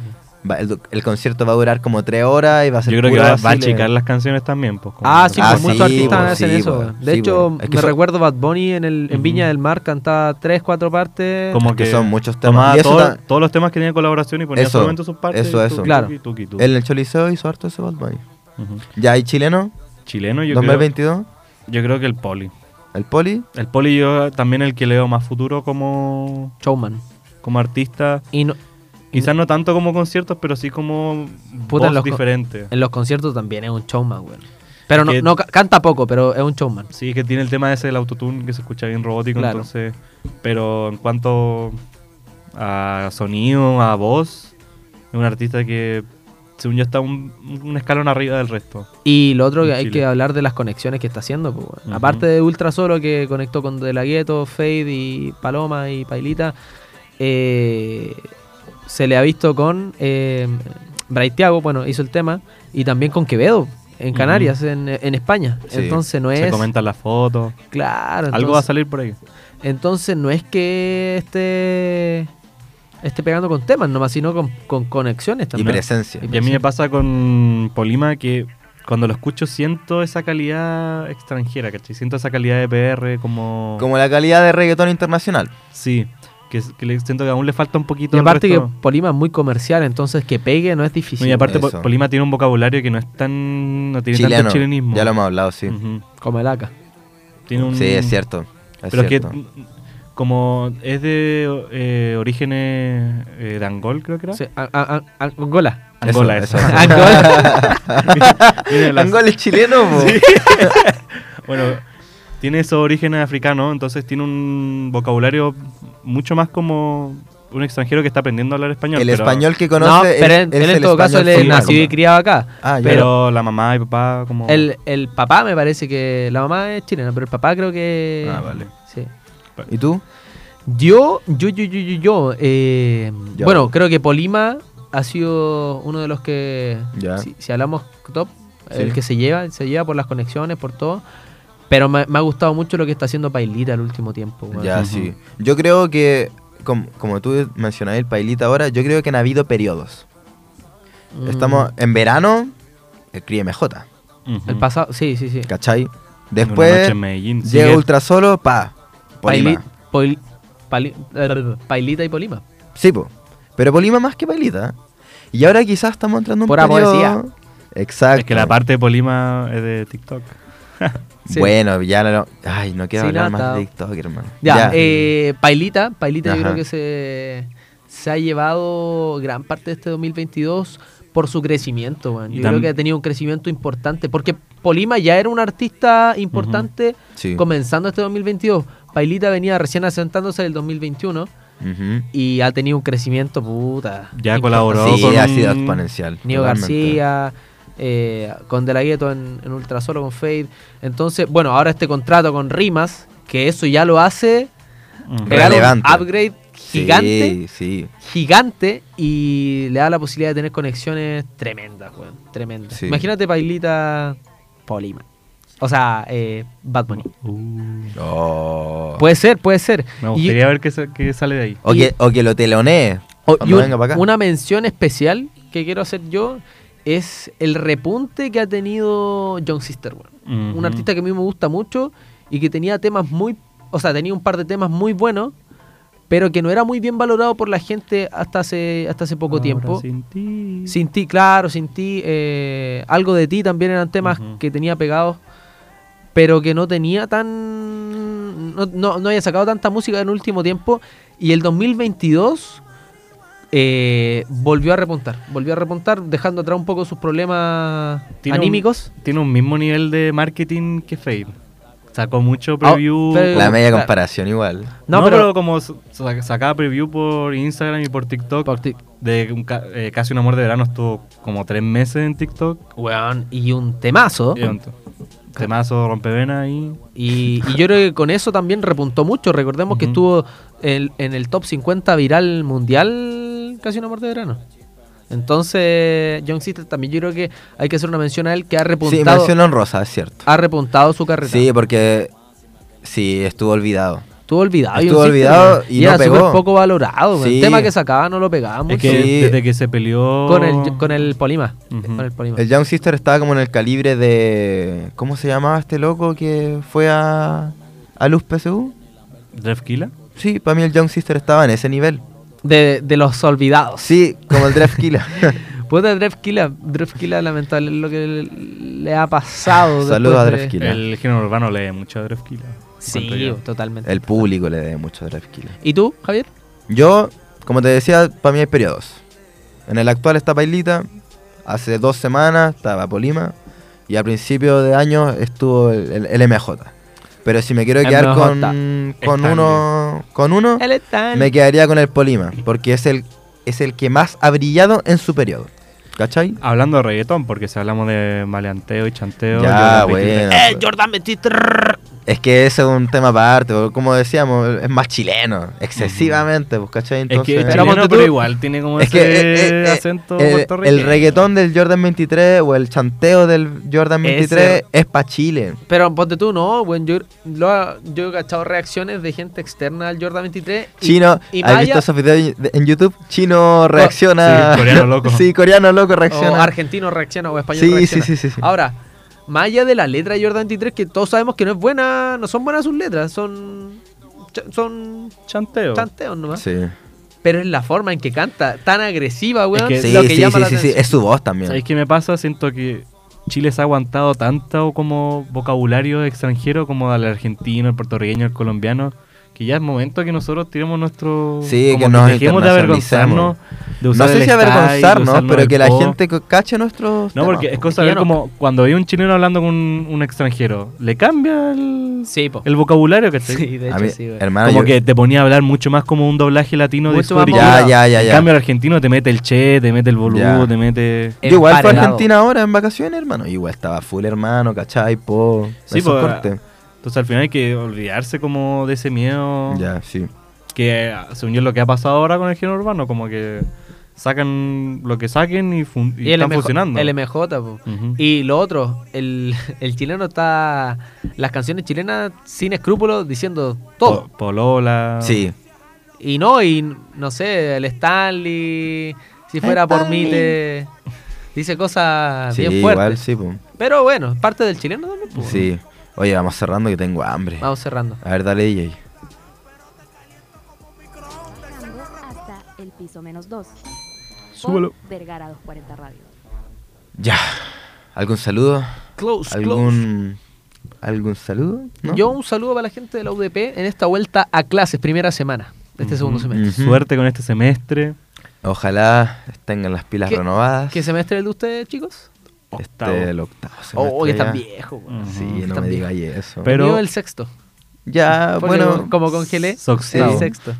Speaker 2: Va- el, el concierto va a durar como tres horas y va a ser.
Speaker 3: Yo creo que
Speaker 2: puro
Speaker 3: va, va a
Speaker 2: vacile.
Speaker 3: achicar las canciones también. Pues, como-
Speaker 4: Ah, sí,
Speaker 2: Ah,
Speaker 4: pues
Speaker 2: sí,
Speaker 4: muchos artistas
Speaker 2: pues,
Speaker 4: hacen
Speaker 2: sí,
Speaker 4: eso.
Speaker 2: pues,
Speaker 4: weón. de
Speaker 2: sí,
Speaker 4: hecho,
Speaker 2: pues. Es que
Speaker 4: me
Speaker 2: son-
Speaker 4: recuerdo Bad Bunny en, el, en Viña
Speaker 3: Ujú.
Speaker 4: del Mar cantaba tres, cuatro partes.
Speaker 3: Como
Speaker 2: Es que
Speaker 3: que,
Speaker 2: son muchos temas.
Speaker 3: tomaba
Speaker 2: Y eso
Speaker 3: todo-
Speaker 2: ta-
Speaker 3: todos los temas que tenía colaboración y ponía
Speaker 2: Eso,
Speaker 3: solamente sus partes.
Speaker 2: eso,
Speaker 3: y
Speaker 2: eso.
Speaker 3: tuki,
Speaker 4: Claro.
Speaker 3: tuki, tuki, tuki.
Speaker 2: El Cholizo hizo harto ese Bad Bunny.
Speaker 3: Ujú.
Speaker 2: Ya hay chileno,
Speaker 3: Chileno, yo creo,
Speaker 2: 2022.
Speaker 3: yo creo que el Poli.
Speaker 2: El poli,
Speaker 3: El Poli yo también el que leo más futuro como,
Speaker 4: Showman.
Speaker 3: como artista.
Speaker 4: Y no,
Speaker 3: Quizás no tanto como conciertos, pero sí como
Speaker 4: Puta, en los
Speaker 3: voz
Speaker 4: co-
Speaker 3: diferente.
Speaker 4: en los conciertos también es un showman, güey. Pero no,
Speaker 3: Que-
Speaker 4: no ca- canta poco, pero es un showman.
Speaker 3: Sí, que tiene el tema ese del autotune que se escucha bien robótico,
Speaker 4: Claro.
Speaker 3: entonces. Pero en cuanto a sonido, a voz, es un artista que, según yo, está un, un escalón arriba del resto.
Speaker 4: Y lo otro que
Speaker 3: En
Speaker 4: hay
Speaker 3: Chile.
Speaker 4: que hablar de las conexiones que está haciendo. pues, weón.
Speaker 3: Ujú.
Speaker 4: Aparte de Ultra Solo que conectó con De La Ghetto, Fade y Paloma y Pailita, eh, se le ha visto con eh, Braithiago, bueno, hizo el tema, y también con Quevedo en
Speaker 3: Ujú.
Speaker 4: Canarias, en, en España.
Speaker 2: Sí,
Speaker 4: Entonces no
Speaker 3: Se
Speaker 4: es...
Speaker 3: comentan las fotos.
Speaker 4: Claro,
Speaker 3: Algo va a
Speaker 4: Pues, entonces-
Speaker 3: salir por ahí.
Speaker 4: Entonces no es que esté, esté pegando con temas nomás, sino con, con conexiones
Speaker 2: y
Speaker 4: también.
Speaker 2: presencia.
Speaker 3: Y a mí me pasa con Polima que cuando lo escucho siento esa calidad extranjera, ¿cachai? Siento esa calidad de PR como...
Speaker 2: Como la calidad de reggaetón internacional.
Speaker 3: Sí, que, es- que le siento que aún le falta un poquito
Speaker 4: Y
Speaker 3: al
Speaker 4: aparte que
Speaker 3: resto.
Speaker 4: Polima es muy comercial, entonces que pegue no es difícil.
Speaker 3: No, y aparte Po-
Speaker 2: eso.
Speaker 3: Polima tiene un vocabulario que no es tan... no tiene
Speaker 2: Chileno.
Speaker 3: tanto chilenismo. Mm.
Speaker 2: Ya lo hemos hablado, sí.
Speaker 3: Ujú.
Speaker 4: Como el AK.
Speaker 3: Tiene un-
Speaker 2: Sí, es cierto. es
Speaker 3: Pero que
Speaker 2: cierto.
Speaker 3: mm, como es de eh, orígenes eh, de Angol, creo que era.
Speaker 4: Sí, a- a- a- Angola.
Speaker 2: Eso,
Speaker 3: Angola,
Speaker 2: eso,
Speaker 3: eso.
Speaker 2: eso.
Speaker 4: Angola.
Speaker 3: Tiene las-
Speaker 2: Angol es chileno, po.
Speaker 3: Bueno, tiene esos orígenes africanos, entonces tiene un vocabulario mucho más como un extranjero que está aprendiendo a hablar español.
Speaker 2: El
Speaker 3: pero-
Speaker 2: español que conoce
Speaker 4: no, pero
Speaker 2: es-
Speaker 4: en,
Speaker 2: es
Speaker 4: él en
Speaker 2: el
Speaker 4: todo caso él
Speaker 2: español
Speaker 4: es
Speaker 2: formal.
Speaker 4: nacido y criado acá.
Speaker 2: Ah, ya.
Speaker 3: Pero, la mamá y papá como...
Speaker 4: El, el papá me parece que... La mamá es chilena, pero el papá creo que...
Speaker 3: Ah, vale.
Speaker 4: Sí.
Speaker 2: ¿Y tú?
Speaker 4: Yo, yo, yo, yo, yo, yo, eh,
Speaker 2: Ya.
Speaker 4: Bueno, creo que Polima ha sido uno de los que,
Speaker 2: Ya.
Speaker 4: si, si hablamos top,
Speaker 2: Sí.
Speaker 4: el que se lleva, se lleva por las conexiones, por todo. Pero me, me ha gustado mucho lo que está haciendo Pailita el último tiempo. weón.
Speaker 2: Ya,
Speaker 3: Ujú.
Speaker 2: sí. Yo creo que, com- como tú mencionabas el pailita ahora, yo creo que han habido periodos.
Speaker 4: Mm,
Speaker 2: Estamos en verano, el Crie MJ,
Speaker 3: Ujú.
Speaker 4: El pasado, sí, sí, sí.
Speaker 2: ¿cachai?
Speaker 3: Una noche
Speaker 2: Después
Speaker 3: en Medellín.
Speaker 2: llega
Speaker 3: sigue-
Speaker 2: Ultra Solo, pa. Polima.
Speaker 4: Paili- Poli- Pali- eh, Pailita y Polima.
Speaker 2: Sí, po. Pero Polima más que Pailita. Y ahora quizás estamos entrando en un
Speaker 4: Pura
Speaker 2: periodo...
Speaker 4: poesía.
Speaker 2: Exacto.
Speaker 3: Es que la parte de Polima es de TikTok.
Speaker 4: Sí.
Speaker 2: Bueno, ya no... Ay, no quiero
Speaker 4: Sí,
Speaker 2: hablar
Speaker 4: no,
Speaker 2: más de
Speaker 4: está-
Speaker 2: TikTok, hermano.
Speaker 4: Ya, eh, Pailita, Pailita yo
Speaker 2: Ajá.
Speaker 4: creo que se, se ha llevado gran parte de este 2022 por su crecimiento, weón.
Speaker 3: Y
Speaker 4: Yo
Speaker 3: tam-
Speaker 4: creo que ha tenido un crecimiento importante, porque Polima ya era un artista importante
Speaker 2: Sí.
Speaker 4: comenzando este 2022. Pailita venía recién asentándose en el 2021
Speaker 2: Ujú.
Speaker 4: y ha tenido un crecimiento puta.
Speaker 3: Ya
Speaker 4: importante.
Speaker 3: colaboró
Speaker 2: Sí,
Speaker 3: con
Speaker 2: ha sido
Speaker 3: un-
Speaker 2: exponencial.
Speaker 4: Nio
Speaker 2: totalmente.
Speaker 4: García, eh, con De La Ghetto en, en Ultrasolo, con Fade. Entonces, bueno, ahora este contrato con Rimas, que eso ya lo hace
Speaker 3: Ujú.
Speaker 2: Pero-
Speaker 4: pegar un
Speaker 2: Relevante.
Speaker 4: upgrade gigante,
Speaker 2: Sí, sí.
Speaker 4: gigante y le da la posibilidad de tener conexiones tremendas, weón. Tremendas.
Speaker 2: Sí.
Speaker 4: Imagínate Pailita Polima. O sea, eh, Bad Bunny.
Speaker 3: Uh,
Speaker 2: Oh.
Speaker 4: Puede ser, puede ser.
Speaker 3: me
Speaker 4: Y-
Speaker 3: gustaría ver qué, sa- qué sale de ahí.
Speaker 2: O,
Speaker 4: Y-
Speaker 2: que, o que lo telonee.
Speaker 4: O- y
Speaker 2: cuando
Speaker 4: un-
Speaker 2: venga para acá.
Speaker 4: una mención especial que quiero hacer yo es el repunte que ha tenido John Sister, weón. un
Speaker 3: Ujú.
Speaker 4: artista que a mí me gusta mucho y que tenía temas muy, o sea, tenía un par de temas muy buenos, pero que no era muy bien valorado por la gente hasta hace, hasta hace poco
Speaker 3: Ahora
Speaker 4: tiempo. Sin...
Speaker 3: Sin ti.
Speaker 4: ti, claro, sin ti, eh, algo de ti también eran temas
Speaker 3: Ujú.
Speaker 4: que tenía pegados, pero que no tenía tan, no, no, no había sacado tanta música en el último tiempo y el 2022 eh, volvió a repuntar, volvió a repuntar dejando atrás un poco sus problemas
Speaker 3: Tiene un-
Speaker 4: anímicos.
Speaker 3: tiene un mismo nivel de marketing que Fade. Sacó mucho preview.
Speaker 4: Ah, pero-
Speaker 2: La media
Speaker 4: Claro.
Speaker 2: comparación igual.
Speaker 3: No, pero, como s- sa- sacaba preview por Instagram y por TikTok,
Speaker 4: Por ti-
Speaker 3: de un ca- eh, casi un amor de verano estuvo como tres meses en TikTok.
Speaker 4: Weón, y un temazo.
Speaker 3: Y un t- Temazo, rompevena ahí.
Speaker 4: Y, y yo creo que con eso también repuntó mucho. Recordemos que
Speaker 3: Ujú.
Speaker 4: estuvo en, en el top 50 viral mundial casi una muerte de verano. Entonces, John Sister también yo creo que hay que hacer una mención a él que ha
Speaker 2: Sí,
Speaker 4: repuntado,
Speaker 2: mención honrosa, es cierto.
Speaker 4: ha repuntado su carrera.
Speaker 2: Sí, porque sí, estuvo olvidado.
Speaker 4: Estuvo olvidado. John
Speaker 2: Estuvo
Speaker 4: Sister,
Speaker 2: olvidado
Speaker 4: weón.
Speaker 2: y no
Speaker 4: era súper
Speaker 2: pegó.
Speaker 4: poco valorado. weón.
Speaker 2: Sí.
Speaker 4: El tema que sacaba no lo pegaba mucho.
Speaker 3: Es que
Speaker 2: Sí.
Speaker 3: desde que se peleó.
Speaker 4: Con, el, con el Polima.
Speaker 3: Ujú.
Speaker 4: Con el Polima.
Speaker 2: El Young Sister estaba como en el calibre de. ¿Cómo se llamaba este loco que fue a. a Luz PSU?
Speaker 3: Jeff Killa.
Speaker 2: Sí, para mí el Young Sister estaba en ese nivel.
Speaker 4: De, de los olvidados.
Speaker 2: Sí, como el Draft Killer.
Speaker 4: Puta Drefkila, Drefkila lamentable es lo que le, le ha pasado.
Speaker 2: Saludos a
Speaker 4: después de-
Speaker 2: Drefkin.
Speaker 3: El género urbano lee mucho a Drefkila. encuentro
Speaker 4: Sí,
Speaker 3: yo.
Speaker 4: totalmente.
Speaker 2: El público le debe mucho a Dref Killer.
Speaker 4: ¿Y tú, Javier?
Speaker 2: Yo, como te decía, para mí hay periodos. En el actual está Pailita, hace dos semanas estaba Polima y a principio de año estuvo el, el- el MJ. Pero si me quiero quedar con, con
Speaker 3: Están
Speaker 2: uno, con uno,
Speaker 4: Él está.
Speaker 2: me quedaría con el Polima, porque es el, es el que más ha brillado en su periodo. ¿Cachai?
Speaker 3: Hablando de reggaetón, porque si hablamos de maleanteo y chanteo.
Speaker 2: Ya,
Speaker 3: yo la repito.
Speaker 2: bueno.
Speaker 4: ¡Eh, Jordan, metiste!
Speaker 2: Es que ese es un tema aparte, porque como decíamos, es más chileno, excesivamente, pues, ¿cachai?
Speaker 3: Es que es
Speaker 2: Entonces-
Speaker 4: Pero
Speaker 3: chileno,
Speaker 4: ponte tú-
Speaker 3: pero igual tiene como
Speaker 2: Es
Speaker 3: ese
Speaker 2: que eh, eh, eh,
Speaker 3: acento
Speaker 2: el,
Speaker 3: puertorriqueño.
Speaker 2: el reggaetón del Jordan 23 o el chanteo del Jordan 23
Speaker 4: Ese-
Speaker 2: es pa' Chile.
Speaker 4: Pero ponte tú, no, bueno, yo, lo ha- yo he cachado reacciones de gente externa al Jordan 23. y-
Speaker 2: Chino,
Speaker 4: y
Speaker 2: ¿has
Speaker 4: vaya-
Speaker 2: visto esos videos de- en YouTube? Chino reacciona.
Speaker 3: sí, coreano loco.
Speaker 2: sí, coreano loco
Speaker 4: O
Speaker 2: reacciona.
Speaker 4: Oh, argentino reacciona o español
Speaker 2: Sí, sí,
Speaker 4: reacciona.
Speaker 2: sí, sí, sí.
Speaker 4: Ahora, más allá de la letra de Jordan 23, que todos sabemos que no es buena, no son buenas sus letras, son ch- son
Speaker 3: Chanteo.
Speaker 4: chanteos nomás.
Speaker 2: Sí,
Speaker 4: Pero es la forma en que canta, tan agresiva, weón.
Speaker 3: que-
Speaker 2: sí,
Speaker 4: lo que
Speaker 2: sí,
Speaker 4: llama
Speaker 2: sí,
Speaker 4: la
Speaker 2: sí, sí,
Speaker 4: atención.
Speaker 2: es su voz también.
Speaker 3: ¿Sabéis qué me pasa? Siento que Chile se ha aguantado tanto como vocabulario extranjero como al argentino, el puertorriqueño, el colombiano, que ya es momento que nosotros tiremos nuestro...
Speaker 2: Sí,
Speaker 3: como
Speaker 2: que nos
Speaker 3: dejemos de avergonzarnos. De
Speaker 2: no
Speaker 3: usar
Speaker 2: sé
Speaker 3: el
Speaker 2: si
Speaker 3: style, de
Speaker 2: avergonzarnos,
Speaker 3: usarnos
Speaker 2: pero
Speaker 3: el
Speaker 2: que la
Speaker 3: pop.
Speaker 2: gente co- cache nuestros.
Speaker 3: No,
Speaker 2: temas,
Speaker 3: porque es
Speaker 2: po.
Speaker 3: cosa
Speaker 4: Es que
Speaker 3: de
Speaker 4: ya
Speaker 3: ver como cuando hay un chileno hablando con un, un extranjero, le cambia el,
Speaker 4: Sí, po.
Speaker 3: el vocabulario que
Speaker 4: Sí, de
Speaker 2: A
Speaker 4: hecho
Speaker 2: mí,
Speaker 4: sí, weón.
Speaker 2: hermano,
Speaker 3: Como
Speaker 2: yo-
Speaker 3: que te ponía a hablar mucho más como un doblaje latino de
Speaker 4: Mucho más
Speaker 3: Discovery.
Speaker 2: ya, ya, ya,
Speaker 3: En
Speaker 2: ya.
Speaker 3: cambio, el argentino te mete el che, te mete el boludo,
Speaker 2: Ya.
Speaker 3: te mete.
Speaker 2: Yo igual fui a
Speaker 4: Emparedado.
Speaker 2: Argentina ahora en vacaciones, hermano. Igual estaba full, hermano, ¿cachai? Po,
Speaker 3: Sí,
Speaker 4: pues,
Speaker 2: esos
Speaker 3: po,
Speaker 2: cortes.
Speaker 4: ah,
Speaker 3: Entonces al final hay que olvidarse como de ese miedo.
Speaker 2: Ya, sí.
Speaker 3: Que según yo es lo que ha pasado ahora con el género urbano, como que sacan lo que saquen y, fun- y
Speaker 4: Y el
Speaker 3: están
Speaker 4: MJ,
Speaker 3: funcionando.
Speaker 4: El MJ, po.
Speaker 3: Ujú.
Speaker 4: Y lo otro, el, el chileno está. Las canciones chilenas sin escrúpulos diciendo todo.
Speaker 3: Po-
Speaker 4: Ah,
Speaker 3: Polola.
Speaker 2: Sí,
Speaker 4: Y no, y no sé, el Stanley. Si fuera por mí, te. Dice cosas
Speaker 2: sí,
Speaker 4: ah, bien fuertes.
Speaker 2: igual, sí, po.
Speaker 4: Pero bueno, es parte del chileno también. pues.
Speaker 2: Sí. Oye, vamos cerrando que tengo hambre.
Speaker 4: Vamos cerrando.
Speaker 2: A ver, dale, DJ.
Speaker 1: Hasta el piso menos 2.
Speaker 3: Súbelo.
Speaker 1: Vergara 240 Radio.
Speaker 2: Ya. ¿Algún saludo?
Speaker 4: Close, close.
Speaker 2: ¿Algún. ¿Algún saludo? ¿No?
Speaker 4: Yo un saludo para la gente de la UDP en esta vuelta a clases, primera semana de este segundo
Speaker 3: Ujú.
Speaker 4: semestre.
Speaker 2: Ujú.
Speaker 3: Suerte con este semestre.
Speaker 2: Ojalá tengan las pilas
Speaker 4: ¿Qué-
Speaker 2: renovadas.
Speaker 4: ¿Qué semestre es el de ustedes, chicos?
Speaker 2: Este,
Speaker 3: Octavo.
Speaker 2: el octavo.
Speaker 4: Oh, que
Speaker 2: semestre ya.
Speaker 4: están viejos. weón.
Speaker 2: Sí,
Speaker 3: Ujú.
Speaker 2: no
Speaker 4: Están
Speaker 2: me
Speaker 4: bien.
Speaker 2: digas eso.
Speaker 3: Pero-
Speaker 4: Mío el sexto.
Speaker 2: ya,
Speaker 4: Porque
Speaker 2: Ah, bueno.
Speaker 4: como congelé,
Speaker 3: Soctavo.
Speaker 4: el sexto.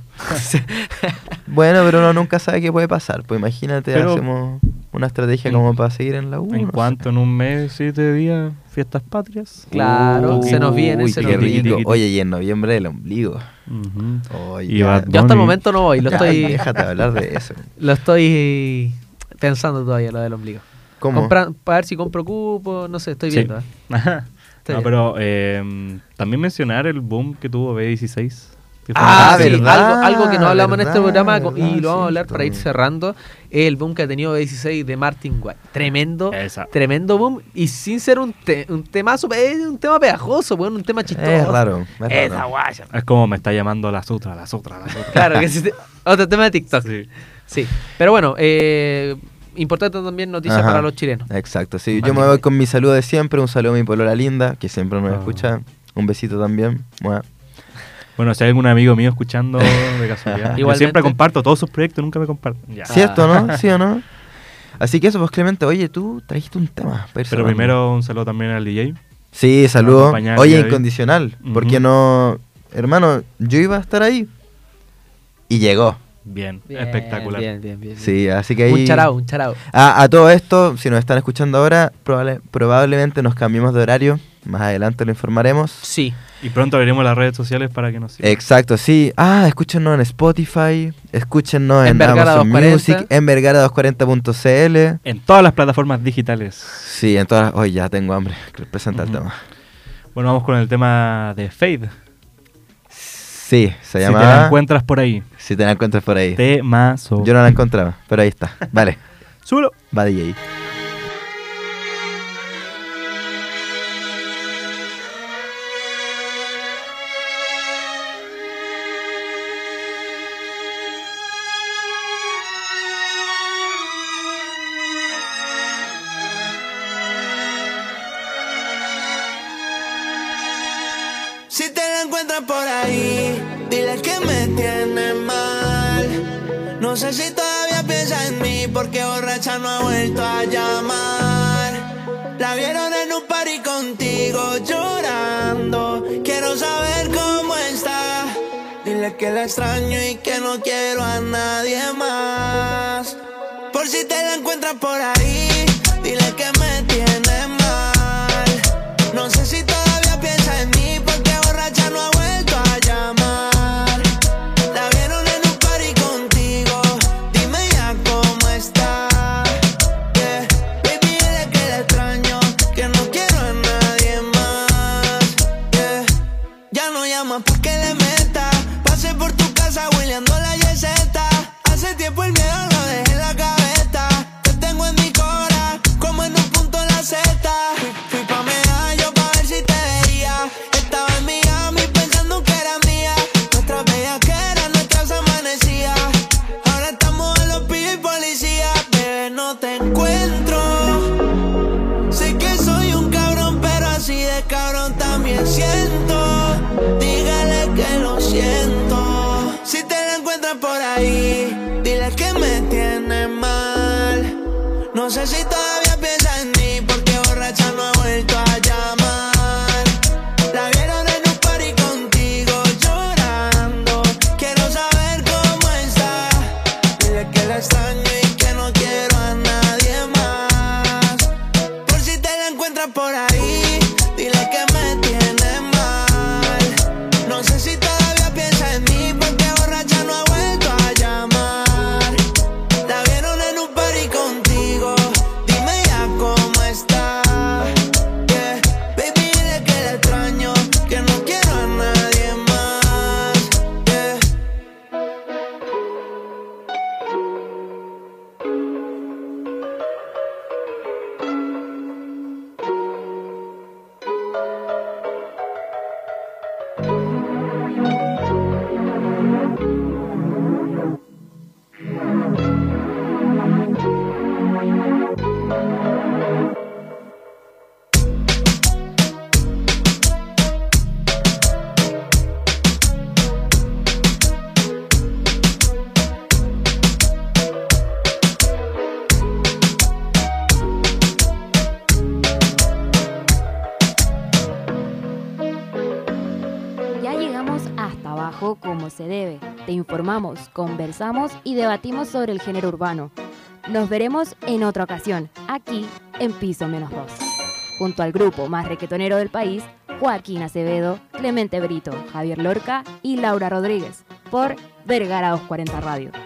Speaker 2: Bueno, pero uno nunca sabe qué puede pasar. Pues imagínate,
Speaker 3: Pero-
Speaker 2: hacemos una estrategia
Speaker 3: En-
Speaker 2: como para seguir en la U.
Speaker 3: En
Speaker 2: no
Speaker 3: cuanto en un mes, siete días, fiestas patrias.
Speaker 4: Claro,
Speaker 2: Uy,
Speaker 4: se nos viene,
Speaker 2: uy,
Speaker 4: se
Speaker 2: qué
Speaker 4: nos viene.
Speaker 2: rico. Oye, y en noviembre el ombligo.
Speaker 3: Ujú.
Speaker 2: Oye,
Speaker 3: Y
Speaker 2: ya-
Speaker 3: Bad
Speaker 4: Yo hasta el
Speaker 3: Bunny.
Speaker 4: momento no voy, lo
Speaker 2: ya,
Speaker 4: estoy,
Speaker 2: Déjate hablar de eso.
Speaker 4: lo estoy pensando todavía, lo del ombligo.
Speaker 2: ¿Cómo?
Speaker 4: Compra- para ver si compro cupo, no sé, estoy
Speaker 3: Sí.
Speaker 4: viendo. ¿eh?
Speaker 3: Ajá.
Speaker 4: Está
Speaker 3: No,
Speaker 4: bien.
Speaker 3: pero eh, también mencionar el boom que tuvo B16. que fue
Speaker 2: Ah,
Speaker 3: un
Speaker 4: sí,
Speaker 3: éxito.
Speaker 2: ¿verdad?
Speaker 4: Algo, algo que no hablamos en este
Speaker 2: verdad, Ah,
Speaker 4: programa
Speaker 2: verdad,
Speaker 4: y lo vamos a hablar
Speaker 2: cierto.
Speaker 4: para ir cerrando. es El boom que ha tenido 16 de Martin White. Tremendo,
Speaker 3: Esa.
Speaker 4: tremazo boom. Y sin ser un, te- un temazo, es un tema pegajoso, weón, un tema chistoso.
Speaker 2: Es raro. Es
Speaker 4: Esa
Speaker 2: raro.
Speaker 4: guaya.
Speaker 3: Es como me está llamando la sutra, la sutra, la sutra.
Speaker 4: Claro, que sí te- otro tema de TikTok. Sí.
Speaker 3: Sí.
Speaker 4: Pero bueno, eh, importante también noticia
Speaker 2: Ajá.
Speaker 4: para los chilenos.
Speaker 2: Exacto, sí.
Speaker 3: Vale.
Speaker 2: Yo me voy con mi saludo de siempre. Un saludo a mi polola linda, que siempre nos
Speaker 3: Ah.
Speaker 2: escucha. Un besito también. Mua.
Speaker 3: Bueno, si hay algún amigo mío escuchando de casualidad. Yo
Speaker 4: Igualmente.
Speaker 3: siempre comparto todos sus proyectos, nunca me comparto.
Speaker 4: Ah.
Speaker 3: Ya.
Speaker 2: ¿Cierto, no? ¿Sí o no? Así que eso, pues Clemente, oye, tú trajiste un tema. para ir
Speaker 3: Pero
Speaker 2: cerrando.
Speaker 3: primero un saludo también al DJ.
Speaker 2: Sí,
Speaker 3: Nos
Speaker 2: saludo.
Speaker 3: acompañaba
Speaker 2: Oye,
Speaker 3: David.
Speaker 2: incondicional.
Speaker 3: Ujú.
Speaker 2: Porque no. Hermano, yo iba a estar ahí. Y llegó.
Speaker 3: Bien,
Speaker 4: Bien,
Speaker 3: espectacular.
Speaker 4: Bien, bien, bien.
Speaker 2: Sí, así que ahí.
Speaker 4: Un charao, un charao.
Speaker 2: Ah, a todo esto, si nos están escuchando ahora, probable- probablemente nos cambiemos de horario. Más adelante lo informaremos.
Speaker 4: Sí.
Speaker 3: Y pronto abriremos las redes sociales para que nos sigan.
Speaker 2: Exacto, sí. Ah, escúchenos en Spotify, escúchenos en,
Speaker 4: En Vergara
Speaker 2: Amazon
Speaker 4: 240.
Speaker 2: Music, en vergara240.cl.
Speaker 3: En todas las plataformas digitales.
Speaker 2: Sí, en todas. Hoy ya tengo hambre. Presenta el
Speaker 3: Ujú.
Speaker 2: tema.
Speaker 3: Bueno, vamos con el tema de Fade.
Speaker 2: Sí, se
Speaker 3: Si te la
Speaker 2: llama.
Speaker 3: encuentras por ahí.
Speaker 2: Si te la encuentras por ahí.
Speaker 3: Temazo.
Speaker 2: Yo no la encontraba, pero ahí está. Vale,
Speaker 3: Súbelo.
Speaker 2: va DJ.
Speaker 8: la encuentras por ahí, dile que me tiene mal. No sé si todavía piensa en mí, porque borracha no ha vuelto a llamar. La vieron en un party contigo llorando. Quiero saber cómo está. Dile que la extraño y que no quiero a nadie más. Por si te la encuentras por ahí, dile que me tiene mal. No sé si todavía piensa en mí porque borracha no ha vuelto a llamar. La vieron en un party contigo, dime ya cómo está. Yeah. Baby, dile que la extraño, que no quiero a nadie más. Yeah. Ya no llamas porque le meta. Pasé por tu casa hueleando la yeseta. Hace tiempo el miedo lo dejé en la cabeza. Te tengo en mi cora, como en un punto en la zeta. Fui, fui pa' medallo pa' ver si te veía. Estaba en Miami pensando que era mía. Nuestras bellas que eran, nuestras amanecía. Ahora estamos en los pibes y policías. Bebé, no te encuentro. Sé que soy un cabrón, pero así de cabrón también siento. Dígale que lo siento. Si te la encuentras por ahí, dile que me tiene mal. No sé si todavía piensa en mí, porque borracha no ha vuelto a llamar. La vieron en un party contigo llorando. Quiero saber cómo está. Dile que la extraño y que no quiero a nadie más. Por si te la encuentras por ahí, dile que me tiene mal. No sé si todavía piensa en mí porque borracha no ha vuelto a llamar. La vieron en un party contigo, dime ya cómo está. Yeah. Baby, dile que la extraño, que no quiero a nadie más. Yeah.
Speaker 1: Ya llegamos hasta abajo como se debe. Te informamos, conversamos y debatimos sobre el género urbano. Nos veremos en otra ocasión, aquí en Piso Menos 2. Junto al grupo más requetonero del país, Joaquín Acevedo, Clemente Brito, Javier Lorca y Laura Rodríguez, por Vergara 240 Radio.